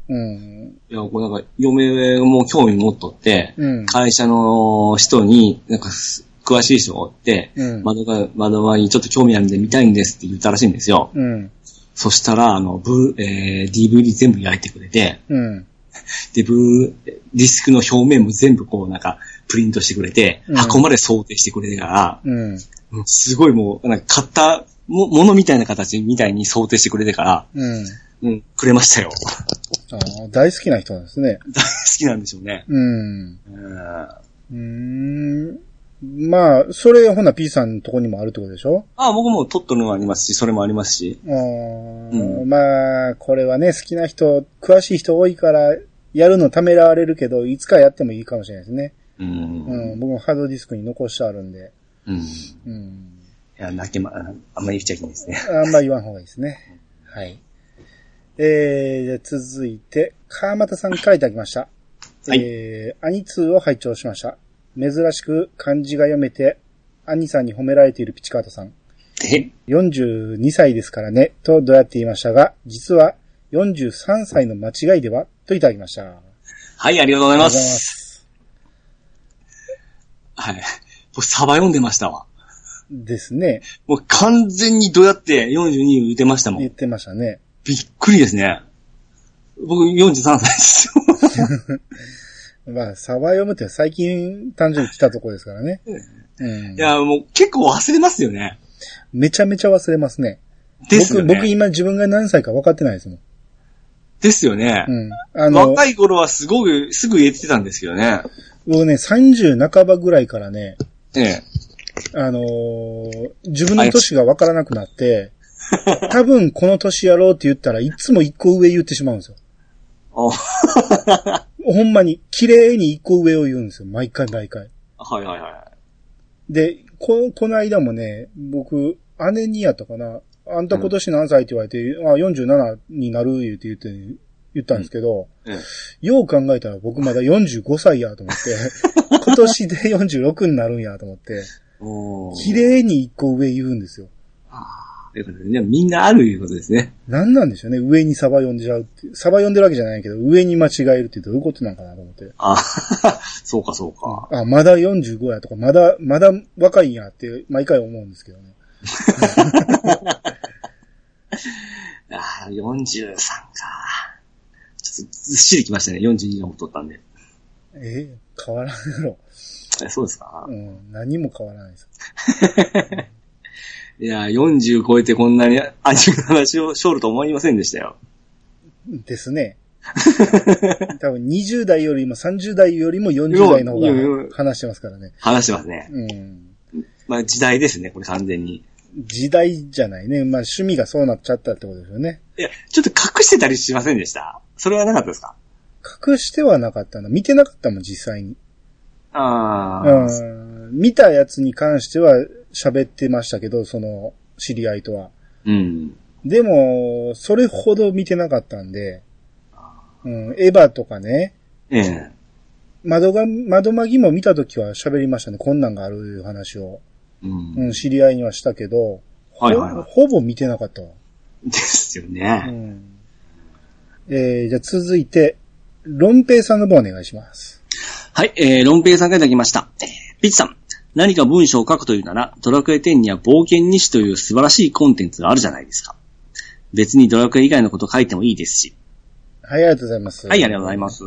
Speaker 1: うん。
Speaker 2: いや、これなんか、嫁も興味持っとって、
Speaker 1: うん。
Speaker 2: 会社の人に、なんかす、詳しい人がおって、
Speaker 1: うん
Speaker 2: 窓が、窓側にちょっと興味あるんで見たいんですって言ったらしいんですよ。
Speaker 1: うん。
Speaker 2: そしたら、あの、ブルえー、DVD 全部焼いてくれて、
Speaker 1: うん。
Speaker 2: で、ブルーディスクの表面も全部こう、なんか、プリントしてくれて
Speaker 1: うん、
Speaker 2: 箱まで想定してくれてから、
Speaker 1: うん。
Speaker 2: うんすごいもう、なんか買ったもものみたいな形みたいに想定してくれてから、
Speaker 1: うん。
Speaker 2: うん、くれましたよ。
Speaker 1: ああ、大好きな人なんですね。
Speaker 2: 大好きなんでしょうね。
Speaker 1: うん。う
Speaker 2: うん
Speaker 1: ーん。まあ、それ、ほな、P さんのとこにもあるってことでしょ
Speaker 2: あ、僕も撮っとるのもありますし、それもありますし。
Speaker 1: あー
Speaker 2: うん
Speaker 1: まあ、これはね、好きな人、詳しい人多いから、やるのためらわれるけど、いつかやってもいいかもしれないですね。
Speaker 2: うん。
Speaker 1: うん。僕もハードディスクに残してあるんで。
Speaker 2: うん。い
Speaker 1: うん。
Speaker 2: や、泣けま、あんまり言っちゃいけないですね。
Speaker 1: あんま言わん方がいいですね。はい。えー、じゃあ続いて、川又さんからいただきました。
Speaker 2: はい
Speaker 1: えー、兄2を拝聴しました。珍しく漢字が読めて、兄さんに褒められているピチカートさん。
Speaker 2: え
Speaker 1: 42歳ですからね、とどうやって言いましたが、実は43歳の間違いではといただきました。ありがとう
Speaker 2: はい、ありがとうござい
Speaker 1: ございま
Speaker 2: ます。
Speaker 1: す。
Speaker 2: はい。僕、サバ読んでましたわ。
Speaker 1: ですね。
Speaker 2: もう完全にどうやって42打てましたもん。
Speaker 1: 言
Speaker 2: び
Speaker 1: ってましたね。
Speaker 2: っくりですね。僕、43歳ですよ。
Speaker 1: まあ、サバ読むって最近誕生日来たとこですからね。うん。
Speaker 2: いや、もう結構忘れますよね。
Speaker 1: めちゃめちゃ忘れますね。
Speaker 2: ですよね。
Speaker 1: 僕、僕今自分が何歳か分かってないですもん。
Speaker 2: ですよね。
Speaker 1: うん。あの、
Speaker 2: 若い頃はすごく、すぐ言えてたんですけどね。
Speaker 1: 僕ね、30半ばぐらいからね、
Speaker 2: ええ。
Speaker 1: あのー自分の年が分からなくな って、多分この年やろうって言ったらいつも一個上言ってしまうんですよ。
Speaker 2: あ
Speaker 1: ほんまに、綺麗に一個上を言うんですよ。毎回毎回。
Speaker 2: はいはいは
Speaker 1: で、こ、この間もね、僕、姉にやったかな。あんた今年何歳って言われて、あ、47になる言うて言って、言ったんですけど、
Speaker 2: い。ええ
Speaker 1: よう考えたら僕まだ45歳やと思 って、今年で46になるんやと思って、
Speaker 2: おー
Speaker 1: 綺麗に一個上言うんですよ。
Speaker 2: ああ、ということでね、みんなあるいうことですね。
Speaker 1: なんなんでしょうね。上にサバ読んじゃうって。サバ読んでるわけじゃないけど、上に間違えるってどういうことなんかなと思って。
Speaker 2: ああ、そうかそうか。
Speaker 1: あ、まだ45やとか、まだ、まだ若いんやって毎回思うんですけどね。
Speaker 2: ああ、43か。ちょっとずっしりきましたね。42が取ったんで。
Speaker 1: えー変わらんやろ。
Speaker 2: えそうですか、
Speaker 1: うん、何も変わらないです。
Speaker 2: いや、40超えてこんなにアニメの話をしょると思いませんでしたよ。
Speaker 1: です ね。多分20代よりも30代よりも40代の方
Speaker 2: いやいやい
Speaker 1: が
Speaker 2: や
Speaker 1: 話してますからね。
Speaker 2: 話してますね。
Speaker 1: うん。
Speaker 2: まあ時代ですね、これ完全に。
Speaker 1: 時代じゃないね。まあ趣味がそうなっちゃったってことですよね。
Speaker 2: いや、ちょっと隠してたりしませんでしたそれはなかったですか
Speaker 1: 隠してはなかったな。見てなかったもん、実際に。
Speaker 2: ああ、
Speaker 1: うん。見たやつに関しては喋ってましたけど、その知り合いとは。
Speaker 2: うん。
Speaker 1: でも、それほど見てなかったんで、うん、エヴァとかね、
Speaker 2: ええ。
Speaker 1: 窓が、窓まぎも見たときは喋りましたね。こんなんがあるいう話を。
Speaker 2: う。
Speaker 1: うんん、知り合いにはしたけど、
Speaker 2: はいはいは
Speaker 1: ほほぼ見てなかったわ。
Speaker 2: い。ですよ
Speaker 1: う
Speaker 2: ね。
Speaker 1: ん。えー、じゃあ続いて、ロンペイさんの方お願いします。
Speaker 2: はい、えー、ロンペイさんからいただきました。えーピッチさん、何か文章を書くというなら、ドラクエ10には冒険日誌という素晴らしいコンテンツがあるじゃないですか。別にドラクエ以外のこと書いてもいいですし。
Speaker 1: はい、ありがとうございます。
Speaker 2: はい、ありがとうございます。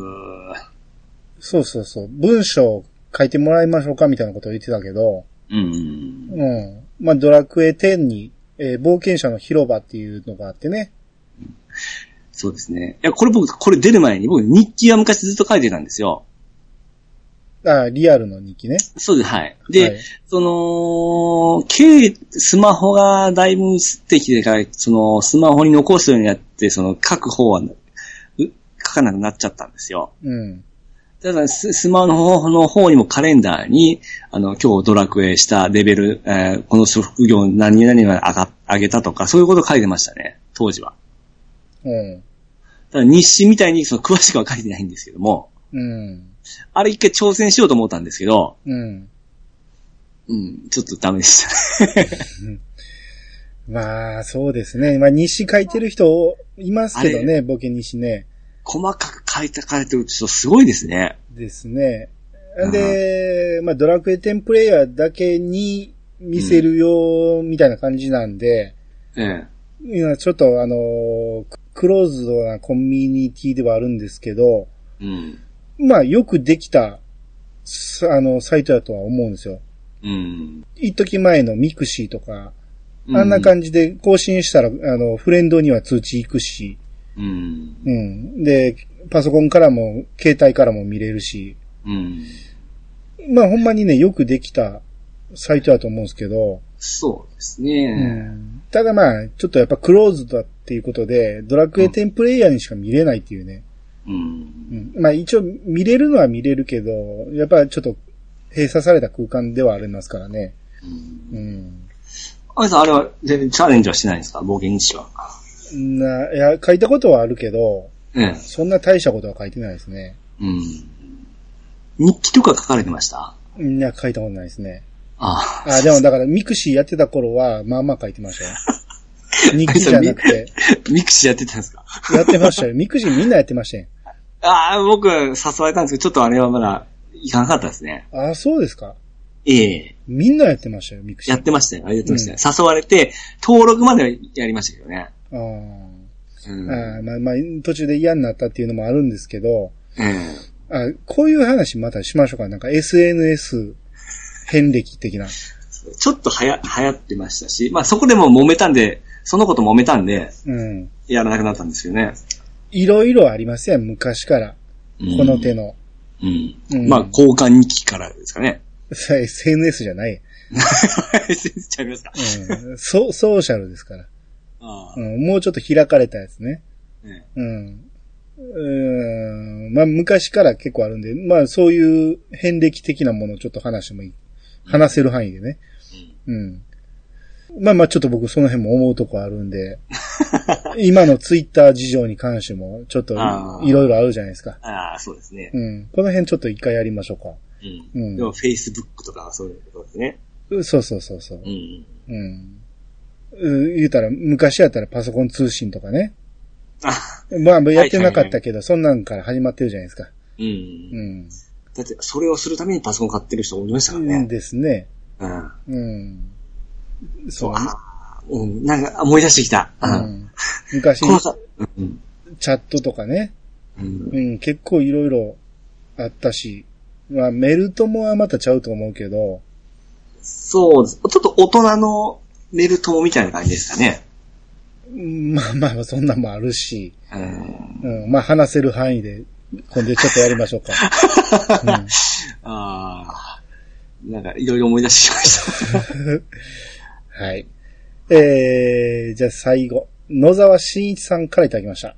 Speaker 1: そうそうそう。文章書いてもらいましょうかみたいなことを言ってたけど、
Speaker 2: うん。
Speaker 1: うん。まあ、ドラクエ10に、えー冒険者の広場っていうのがあってね。
Speaker 2: そうですね。いや、これ僕、これ出る前に僕、日記は昔ずっと書いてたんですよ。
Speaker 1: あリアルの日記ね。
Speaker 2: そうです、はい。で、
Speaker 1: はい
Speaker 2: その、軽、スマホがだいぶ吸ってきてから、その、スマホに残すようになって、その、書く方は、う書かなくなっちゃったんですよ。
Speaker 1: うん。
Speaker 2: ただス、スマホの方にもカレンダーに、あの、今日ドラクエしたレベル、えーこの職業何々が上が、上げたとか、そういうこと書いてましたね、当時は。
Speaker 1: うん。
Speaker 2: ただ、日誌みたいに、その、詳しくは書いてないんですけども、
Speaker 1: うん。
Speaker 2: あれ一回挑戦しようと思ったんですけど、
Speaker 1: うん。
Speaker 2: うん、ちょっとダメでした。
Speaker 1: まあ、そうですね。まあ、日誌書いてる人いますけどね、ボケ日誌ね。
Speaker 2: 細かく書いて書かれてる人すごいですね。
Speaker 1: ですね。で、まあ、ドラクエ10プレイヤーだけに見せるよ、みたいな感じなんで、
Speaker 2: ええ。
Speaker 1: いやちょっとあのーククローズドなコミュニティではあるんですけど、
Speaker 2: うん。
Speaker 1: まあ、よくできた、すあの、サイトだとは思うんですよ。
Speaker 2: うん。
Speaker 1: 一時前のミクシーとか、あんな感じで更新したら、あの、フレンドには通知行くし、
Speaker 2: うん。
Speaker 1: うん。で、パソコンからも、携帯からも見れるし、
Speaker 2: うん。
Speaker 1: まあほんまにね、よくできたサイトだと思うんですけど、
Speaker 2: そうです
Speaker 1: う
Speaker 2: ね。
Speaker 1: んただまあ、ちょっとやっぱクローズドだっていうことで、ドラクエ10プレイヤーにしか見れないっていうね。
Speaker 2: うん。
Speaker 1: うんまあ一応見れるのは見れるけど、やっぱちょっと閉鎖された空間ではありますからね。うん。
Speaker 2: あいさん、あれは全然チャレンジはしてないんですか冒険日誌は。
Speaker 1: な、いや、書いたことはあるけど、
Speaker 2: ええ。
Speaker 1: そんな大したことは書いてないですね。
Speaker 2: うん。日記とか書かれてました
Speaker 1: いや、書いたことないですね。
Speaker 2: あ あ。
Speaker 1: あ、でもだからミクシーやってた頃は、まあまあ書いてました よ。日記じゃなくて、
Speaker 2: ミクシーやってたんですか
Speaker 1: やってましたよ。ミクシーみんなやってましたよ。
Speaker 2: ああ、僕、誘われたんですけど、ちょっとあれはまだ、いかなかったですね。
Speaker 1: あ、そうですか。
Speaker 2: ええ。
Speaker 1: みんなやってましたよ、ミクシ
Speaker 2: や
Speaker 1: ー。
Speaker 2: ってましたよ。あれやってましたよ。誘われて、登録まではやりましたけどね。
Speaker 1: あ
Speaker 2: う
Speaker 1: ー
Speaker 2: ん。
Speaker 1: あー、まあまあ、途中で嫌になったっていうのもあるんですけど、
Speaker 2: ええ。
Speaker 1: あこういう話またしましょうか。なんか SNS 遍歴的な。
Speaker 2: ちょっとはや、流行ってましたし、まあそこでも揉めたんで、そのこと揉めたんで、
Speaker 1: うん。
Speaker 2: やらなくなったんですよね。
Speaker 1: いろいろありますやん、昔から。この手の。
Speaker 2: うん。
Speaker 1: うん
Speaker 2: まあ 交換日記からですかね。
Speaker 1: さ SNS じゃない。
Speaker 2: 先生ちゃいますか。
Speaker 1: うん、ソソーシャルですから、
Speaker 2: あ
Speaker 1: う
Speaker 2: あ
Speaker 1: ん。もうちょっと開かれたやつね。
Speaker 2: ね
Speaker 1: うん。うーん。まあ、昔から結構あるんで、まあ、そういう遍歴的なものをちょっと話してもいい。話せる範囲でね。うん。まあまあ、ちょっと僕その辺も思うとこあるんで、今のツイッター事情に関しても、ちょっと
Speaker 2: あー
Speaker 1: いろいろあるじゃないですか。
Speaker 2: ああ、そうですね。
Speaker 1: うん。この辺ちょっと一回やりましょうか。
Speaker 2: うん。
Speaker 1: うん
Speaker 2: でも Facebook とかそういうことですね。
Speaker 1: うそうそうそうそう。
Speaker 2: うん。
Speaker 1: うん。う言うたら、昔やったらパソコン通信とかね。
Speaker 2: あ
Speaker 1: まあ、やってなかったけど、そんなんから始まってるじゃないですか。
Speaker 2: う。
Speaker 1: うんん。
Speaker 2: だって、それをするためにパソコン買ってる人おりましたから
Speaker 1: うん
Speaker 2: ね。
Speaker 1: ですね。
Speaker 2: うん。
Speaker 1: うん。
Speaker 2: そ、
Speaker 1: そうう。
Speaker 2: ああ、うん。なんか思い出してきた。
Speaker 1: う
Speaker 2: うん。
Speaker 1: ん、昔、
Speaker 2: このさ、うん。
Speaker 1: チャットとかね。
Speaker 2: うん。
Speaker 1: うん、結構いろいろあったし。まあ、メルトモはまたちゃうと思うけど、
Speaker 2: そうです。ちょっと大人のメルトモみたいな感じですかね。
Speaker 1: うんまあまあ、そんなんもあるし。
Speaker 2: うん
Speaker 1: うん、まあ、話せる範囲で、今度ちょっとやりましょうか。うん
Speaker 2: ああ、なんかいろいろ思い出してき ました。
Speaker 1: はい。えー、じゃあ最後。野沢慎一さんからいただきました。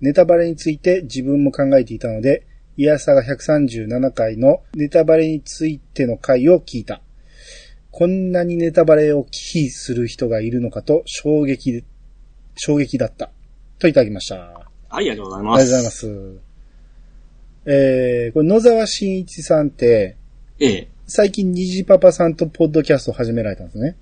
Speaker 1: ネタバレについて自分も考えていたので、イヤサが137回のネタバレについての回を聞いた。こんなにネタバレを忌避する人がいるのかと衝撃で、衝撃だった。といただきました。あ
Speaker 2: はい、ありがとうござい
Speaker 1: りが
Speaker 2: ます。
Speaker 1: とうございま。す。えー、これ野沢慎一さんって、
Speaker 2: ええ。
Speaker 1: 最近虹パパさんとポッドキャストを始められたんですね。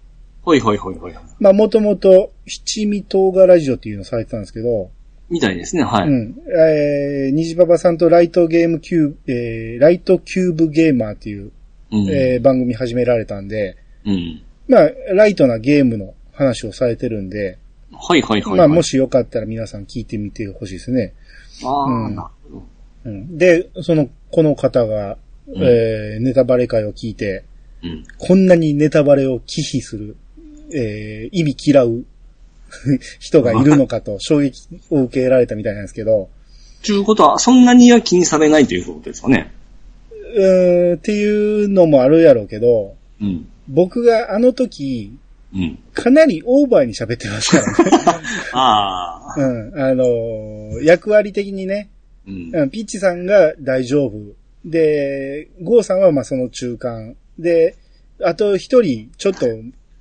Speaker 2: ほいほいほいほい。
Speaker 1: まあ、もともと、七味唐辛ラジオっていうのをされてたんですけど、
Speaker 2: みたいですね、はい。
Speaker 1: うん。えー、虹パパさんとライトゲームキューブ、えー、ライトキューブゲーマーっていう、
Speaker 2: うん。
Speaker 1: えー番組始められたんで、
Speaker 2: うん。
Speaker 1: まあ、ライトなゲームの話をされてるんで、
Speaker 2: はいはいはい、はい。
Speaker 1: まあ、もしよかったら皆さん聞いてみてほしいですね。
Speaker 2: ああ、
Speaker 1: うん
Speaker 2: なるほど。
Speaker 1: うん、で、その、この方が、
Speaker 2: ん
Speaker 1: えーネタバレ会を聞いて、
Speaker 2: うん。
Speaker 1: こんなにネタバレを忌避する、えー意味嫌う 人がいるのかと衝撃を受けられたみたいなんですけど、
Speaker 2: ということは、そんなには気にされないということですかね。
Speaker 1: うーん、っていうのもあるやろうけど、
Speaker 2: うん。
Speaker 1: 僕があの時、
Speaker 2: うん。
Speaker 1: かなりオーバーに喋ってますからね。
Speaker 2: ああ。
Speaker 1: うん、あのー役割的にね、
Speaker 2: うん。
Speaker 1: うんピッチさんが大丈夫。で、ゴーさんはまあその中間。で、あと一人、ちょっと、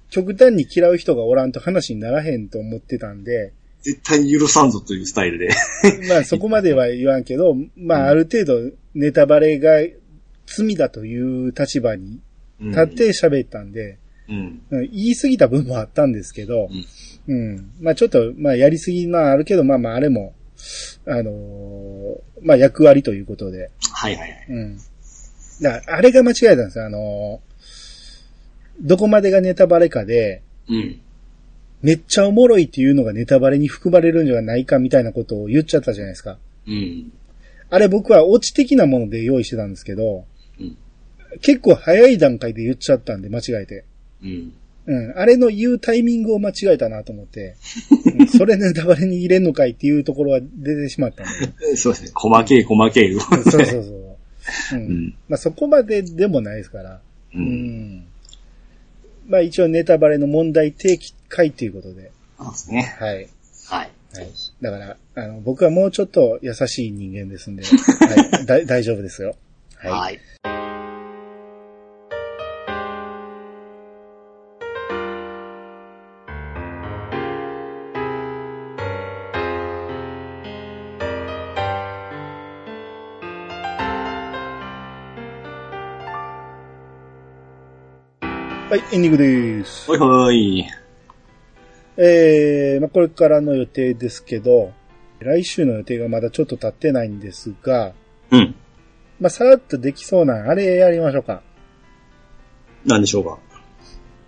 Speaker 1: 極端に嫌う人がおらんと話にならへんと思ってたんで、
Speaker 2: 絶対に許さんぞというスタイルで。
Speaker 1: まあそこまでは言わんけど、まあある程度ネタバレが罪だという立場に立っ、て喋ったんで、
Speaker 2: うん。
Speaker 1: うん言い過ぎた部分もあったんですけど、うん、まあちょっと、まあやりすぎまああるけど、まあまああれも、あのーまあ役割ということで、
Speaker 2: はいはいはい。
Speaker 1: うん。だから、あれが間違えたんですよ。あのーどこまでがネタバレかで、
Speaker 2: うん。
Speaker 1: めっちゃおもろいっていうのがネタバレに含まれるんじゃないかみたいなことを言っちゃったじゃないですか。
Speaker 2: うん。
Speaker 1: あれ僕はオチ的なもので用意してたんですけど、
Speaker 2: うん
Speaker 1: 結構早い段階で言っちゃったんで間違えて。
Speaker 2: うん。
Speaker 1: うん。あれの言うタイミングを間違えたなと思って、 うんそれネタバレに入れんのかいっていうところは出てしまったんで。
Speaker 2: そうですね。細けい細けい。
Speaker 1: そうそうそう。う。
Speaker 2: うんん。
Speaker 1: まあそこまででもないですから。
Speaker 2: う。
Speaker 1: うんんまあ一応ネタバレの問題提起会ということで。
Speaker 2: そうですね。
Speaker 1: はい。
Speaker 2: はい。
Speaker 1: はい。だから、あの、僕はもうちょっと優しい人間ですんで、はい、だ 大丈夫ですよ。は
Speaker 2: はい。
Speaker 1: い。はい、エンディングです。
Speaker 2: ほいほい。
Speaker 1: えー、まあこれからの予定ですけど、来週の予定がまだちょっと立ってないんですが、
Speaker 2: うん。
Speaker 1: まあさらっとできそうな、あれやりましょうか。
Speaker 2: なんでしょうか。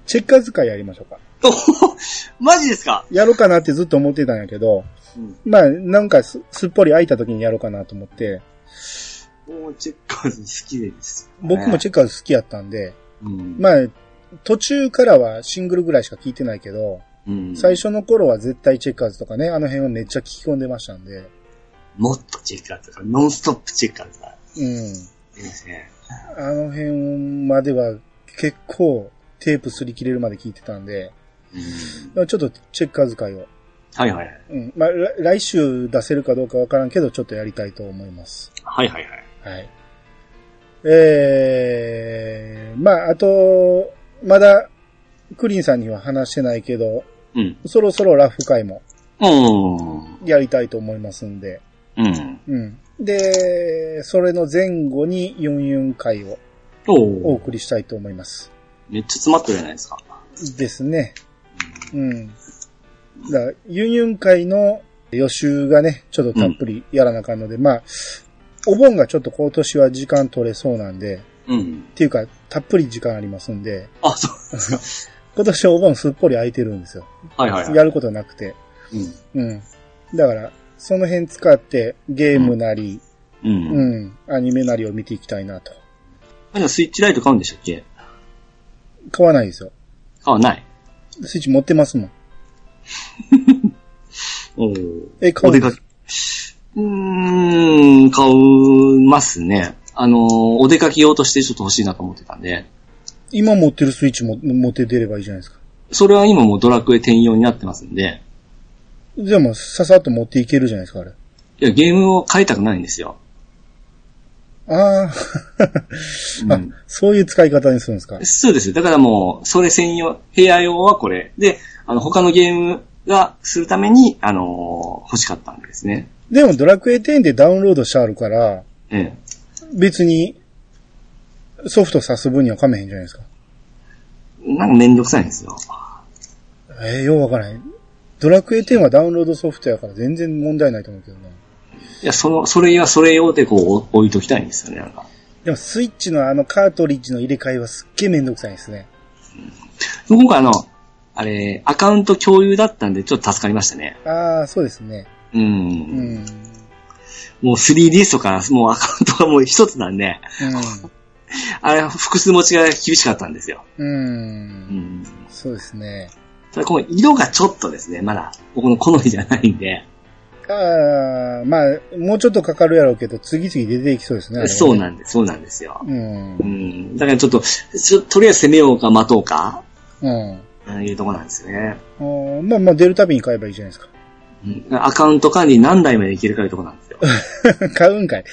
Speaker 1: チェッカーズ会やりましょうか。
Speaker 2: おほほマジですか
Speaker 1: やろうかなってずっと思ってたんやけど、
Speaker 2: うん
Speaker 1: まあなんかすすっぽり空いた時にやろうかなと思って、
Speaker 2: もうチェッカーズ好きです。
Speaker 1: 僕もチェッカーズ好きやったんで、
Speaker 2: うん。
Speaker 1: まあ、途中からはシングルぐらいしか聞いてないけど、
Speaker 2: うん
Speaker 1: 最初の頃は絶対チェッカーズとかね、あの辺はめっちゃ聞き込んでましたんで、
Speaker 2: もっとチェッカーズとか、ノンストップチェッカーズとか。
Speaker 1: うん。
Speaker 2: いいですね。
Speaker 1: あの辺までは結構テープ擦り切れるまで聞いてたんで、
Speaker 2: うん。
Speaker 1: まあちょっとチェッカーズ会を、
Speaker 2: はいはい。
Speaker 1: うん。まあ来来週出せるかどうかわからんけど、ちょっとやりたいと思います。
Speaker 2: はいはいはい。
Speaker 1: はい。えー、まああと、まだ、クリンさんには話してないけど、
Speaker 2: うん。
Speaker 1: そろそろラフ会も
Speaker 2: うん。
Speaker 1: やりたいと思いますんで。
Speaker 2: うん。
Speaker 1: うん。で、それの前後に44回をお
Speaker 2: おー
Speaker 1: 送りしたいと思います。
Speaker 2: めっちゃ詰まってるじゃないですか。
Speaker 1: ですね。うん。だから、44回の予習がね、ちょっとたっぷりやらなあかんので、まあ、お盆がちょっと今年は時間取れそうなんで、
Speaker 2: うん。
Speaker 1: っていうか、たっぷり時間ありますんで、
Speaker 2: あ、そうですか。
Speaker 1: 今年お盆すっぽり空いてるんですよ。
Speaker 2: はいはいはい。
Speaker 1: やることなくて。
Speaker 2: うん。
Speaker 1: うん。だから、その辺使って、ゲームなり、
Speaker 2: うん。
Speaker 1: うん、アニメなりを見ていきたいなと。
Speaker 2: あじゃあスイッチライト買うんでしたっけ
Speaker 1: 買わないですよ。
Speaker 2: 買わない。
Speaker 1: スイッチ持ってますもん。
Speaker 2: おー
Speaker 1: え、買
Speaker 2: お
Speaker 1: わな
Speaker 2: 出
Speaker 1: いで
Speaker 2: か
Speaker 1: す
Speaker 2: け。うーん、買うますね。あのー、お出かけ用としてちょっと欲しいなと思ってたんで。
Speaker 1: 今持ってるスイッチも持って出ればいいじゃないですか。
Speaker 2: それは今もうドラクエ転用になってますんで。
Speaker 1: でも、ささっと持っていけるじゃないですか、あれ。
Speaker 2: いや、ゲームを変えたくないんですよ。
Speaker 1: あー あ、
Speaker 2: うん
Speaker 1: そういう使い方にするんですか。
Speaker 2: そうです。だからもう、それ専用、部屋用はこれ。で、あの、他のゲームがするために、あのー欲しかったんですね。
Speaker 1: でも、ドラクエ10でダウンロードしてあるから、
Speaker 2: ええ。
Speaker 1: 別に、ソフト挿す分には噛めへんじゃないですか。
Speaker 2: なんかめんどくさいんですよ。
Speaker 1: えー、ようわからへん。ドラクエ10はダウンロードソフトやから全然問題ないと思うけどな。
Speaker 2: いや、その、それはそれ用でこう置いときたいんですよね、なんか。
Speaker 1: でもスイッチのあのカートリッジの入れ替えはすっげえめんどくさいですね。
Speaker 2: 今回あの、あれ、アカウント共有だったんでちょっと助かりましたね。
Speaker 1: ああ、そうですね。
Speaker 2: う。
Speaker 1: うんん。
Speaker 2: もう 3DS とか、もうアカウントがもう一つなんで、あれ、複数持ちが厳しかったんですよ。
Speaker 1: うん。
Speaker 2: う
Speaker 1: うん。
Speaker 2: ん。
Speaker 1: そうですね。
Speaker 2: ただ、この色がちょっとですね、まだ、僕の好みじゃないんで、
Speaker 1: ああ、まあ、もうちょっとかかるやろうけど、次々出ていきそうですね。
Speaker 2: そう
Speaker 1: あ
Speaker 2: なんです、そうなんですよ。
Speaker 1: れはね
Speaker 2: う。ん。だからちょっと、ちょとりあえず攻めようか待とうか、
Speaker 1: うん。うん。
Speaker 2: うんいうところなんですよね。
Speaker 1: あーまあまあ出るたびに買えばいいじゃないで
Speaker 2: うんアカウント管理何台までいけるかいうところなんですよ。
Speaker 1: すか。 買うんかい。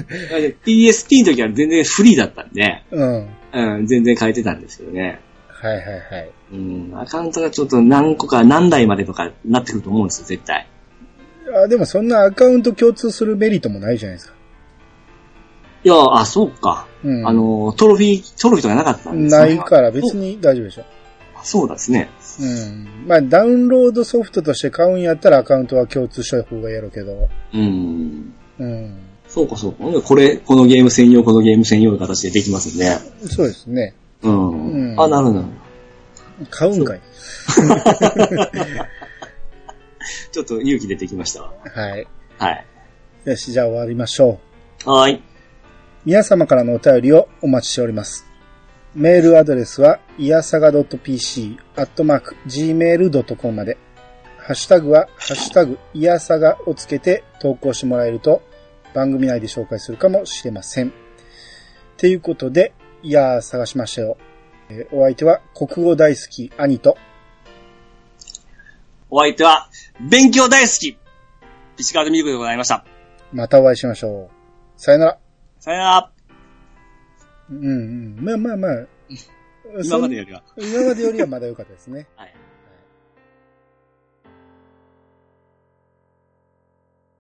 Speaker 2: PSP の時は全然フリーだったんで、
Speaker 1: うん。はい
Speaker 2: うん、全然変えてたんですけどね。
Speaker 1: はいはい。
Speaker 2: うん、アカウントがちょっと何個か何台までとかなってくると思うんですよ、絶対。
Speaker 1: あでもそんなアカウント共通するメリットもないじゃないですか。
Speaker 2: いや、あ、そうか。
Speaker 1: うん。
Speaker 2: あの、トロフィー、トロフィーとかなかったんです
Speaker 1: ないから別
Speaker 2: に。
Speaker 1: に大丈夫でしょ。
Speaker 2: そうそうですね。
Speaker 1: うん。まあダウンロードソフトとして買うんやったらアカウントは共通した方がやろうけど。
Speaker 2: うん。
Speaker 1: うん。
Speaker 2: そうか、そうか。ほんでこれ、このゲーム専用、このゲーム専用の形でできますね。
Speaker 1: そうですね。
Speaker 2: うん。
Speaker 1: うん
Speaker 2: あ、なるほど。
Speaker 1: 買うんかい。
Speaker 2: ちょっと勇気出てきましたわ。
Speaker 1: はい。
Speaker 2: はい。
Speaker 1: よし、じゃあ終わりましょう。
Speaker 2: はーい。
Speaker 1: 皆様からのお便りをお待ちしております。メールアドレスは、いやさが .pc、アットマーク、gmail.com まで。ハッシュタグは、ハッシュタグ、いやさがをつけて投稿してもらえると、番組内で紹介するかもしれません。ということで、いやー探しましたよ。えーお相手は、国語大好き、兄と、
Speaker 2: お相手は、勉強大好き、石川でミルクでございました。
Speaker 1: またお会いしましょう。さよなら。
Speaker 2: さよなら。
Speaker 1: うんうん。まあまあまあ。
Speaker 2: 今までよりは。
Speaker 1: そん今までよりはまだ良かったですね。
Speaker 2: はい。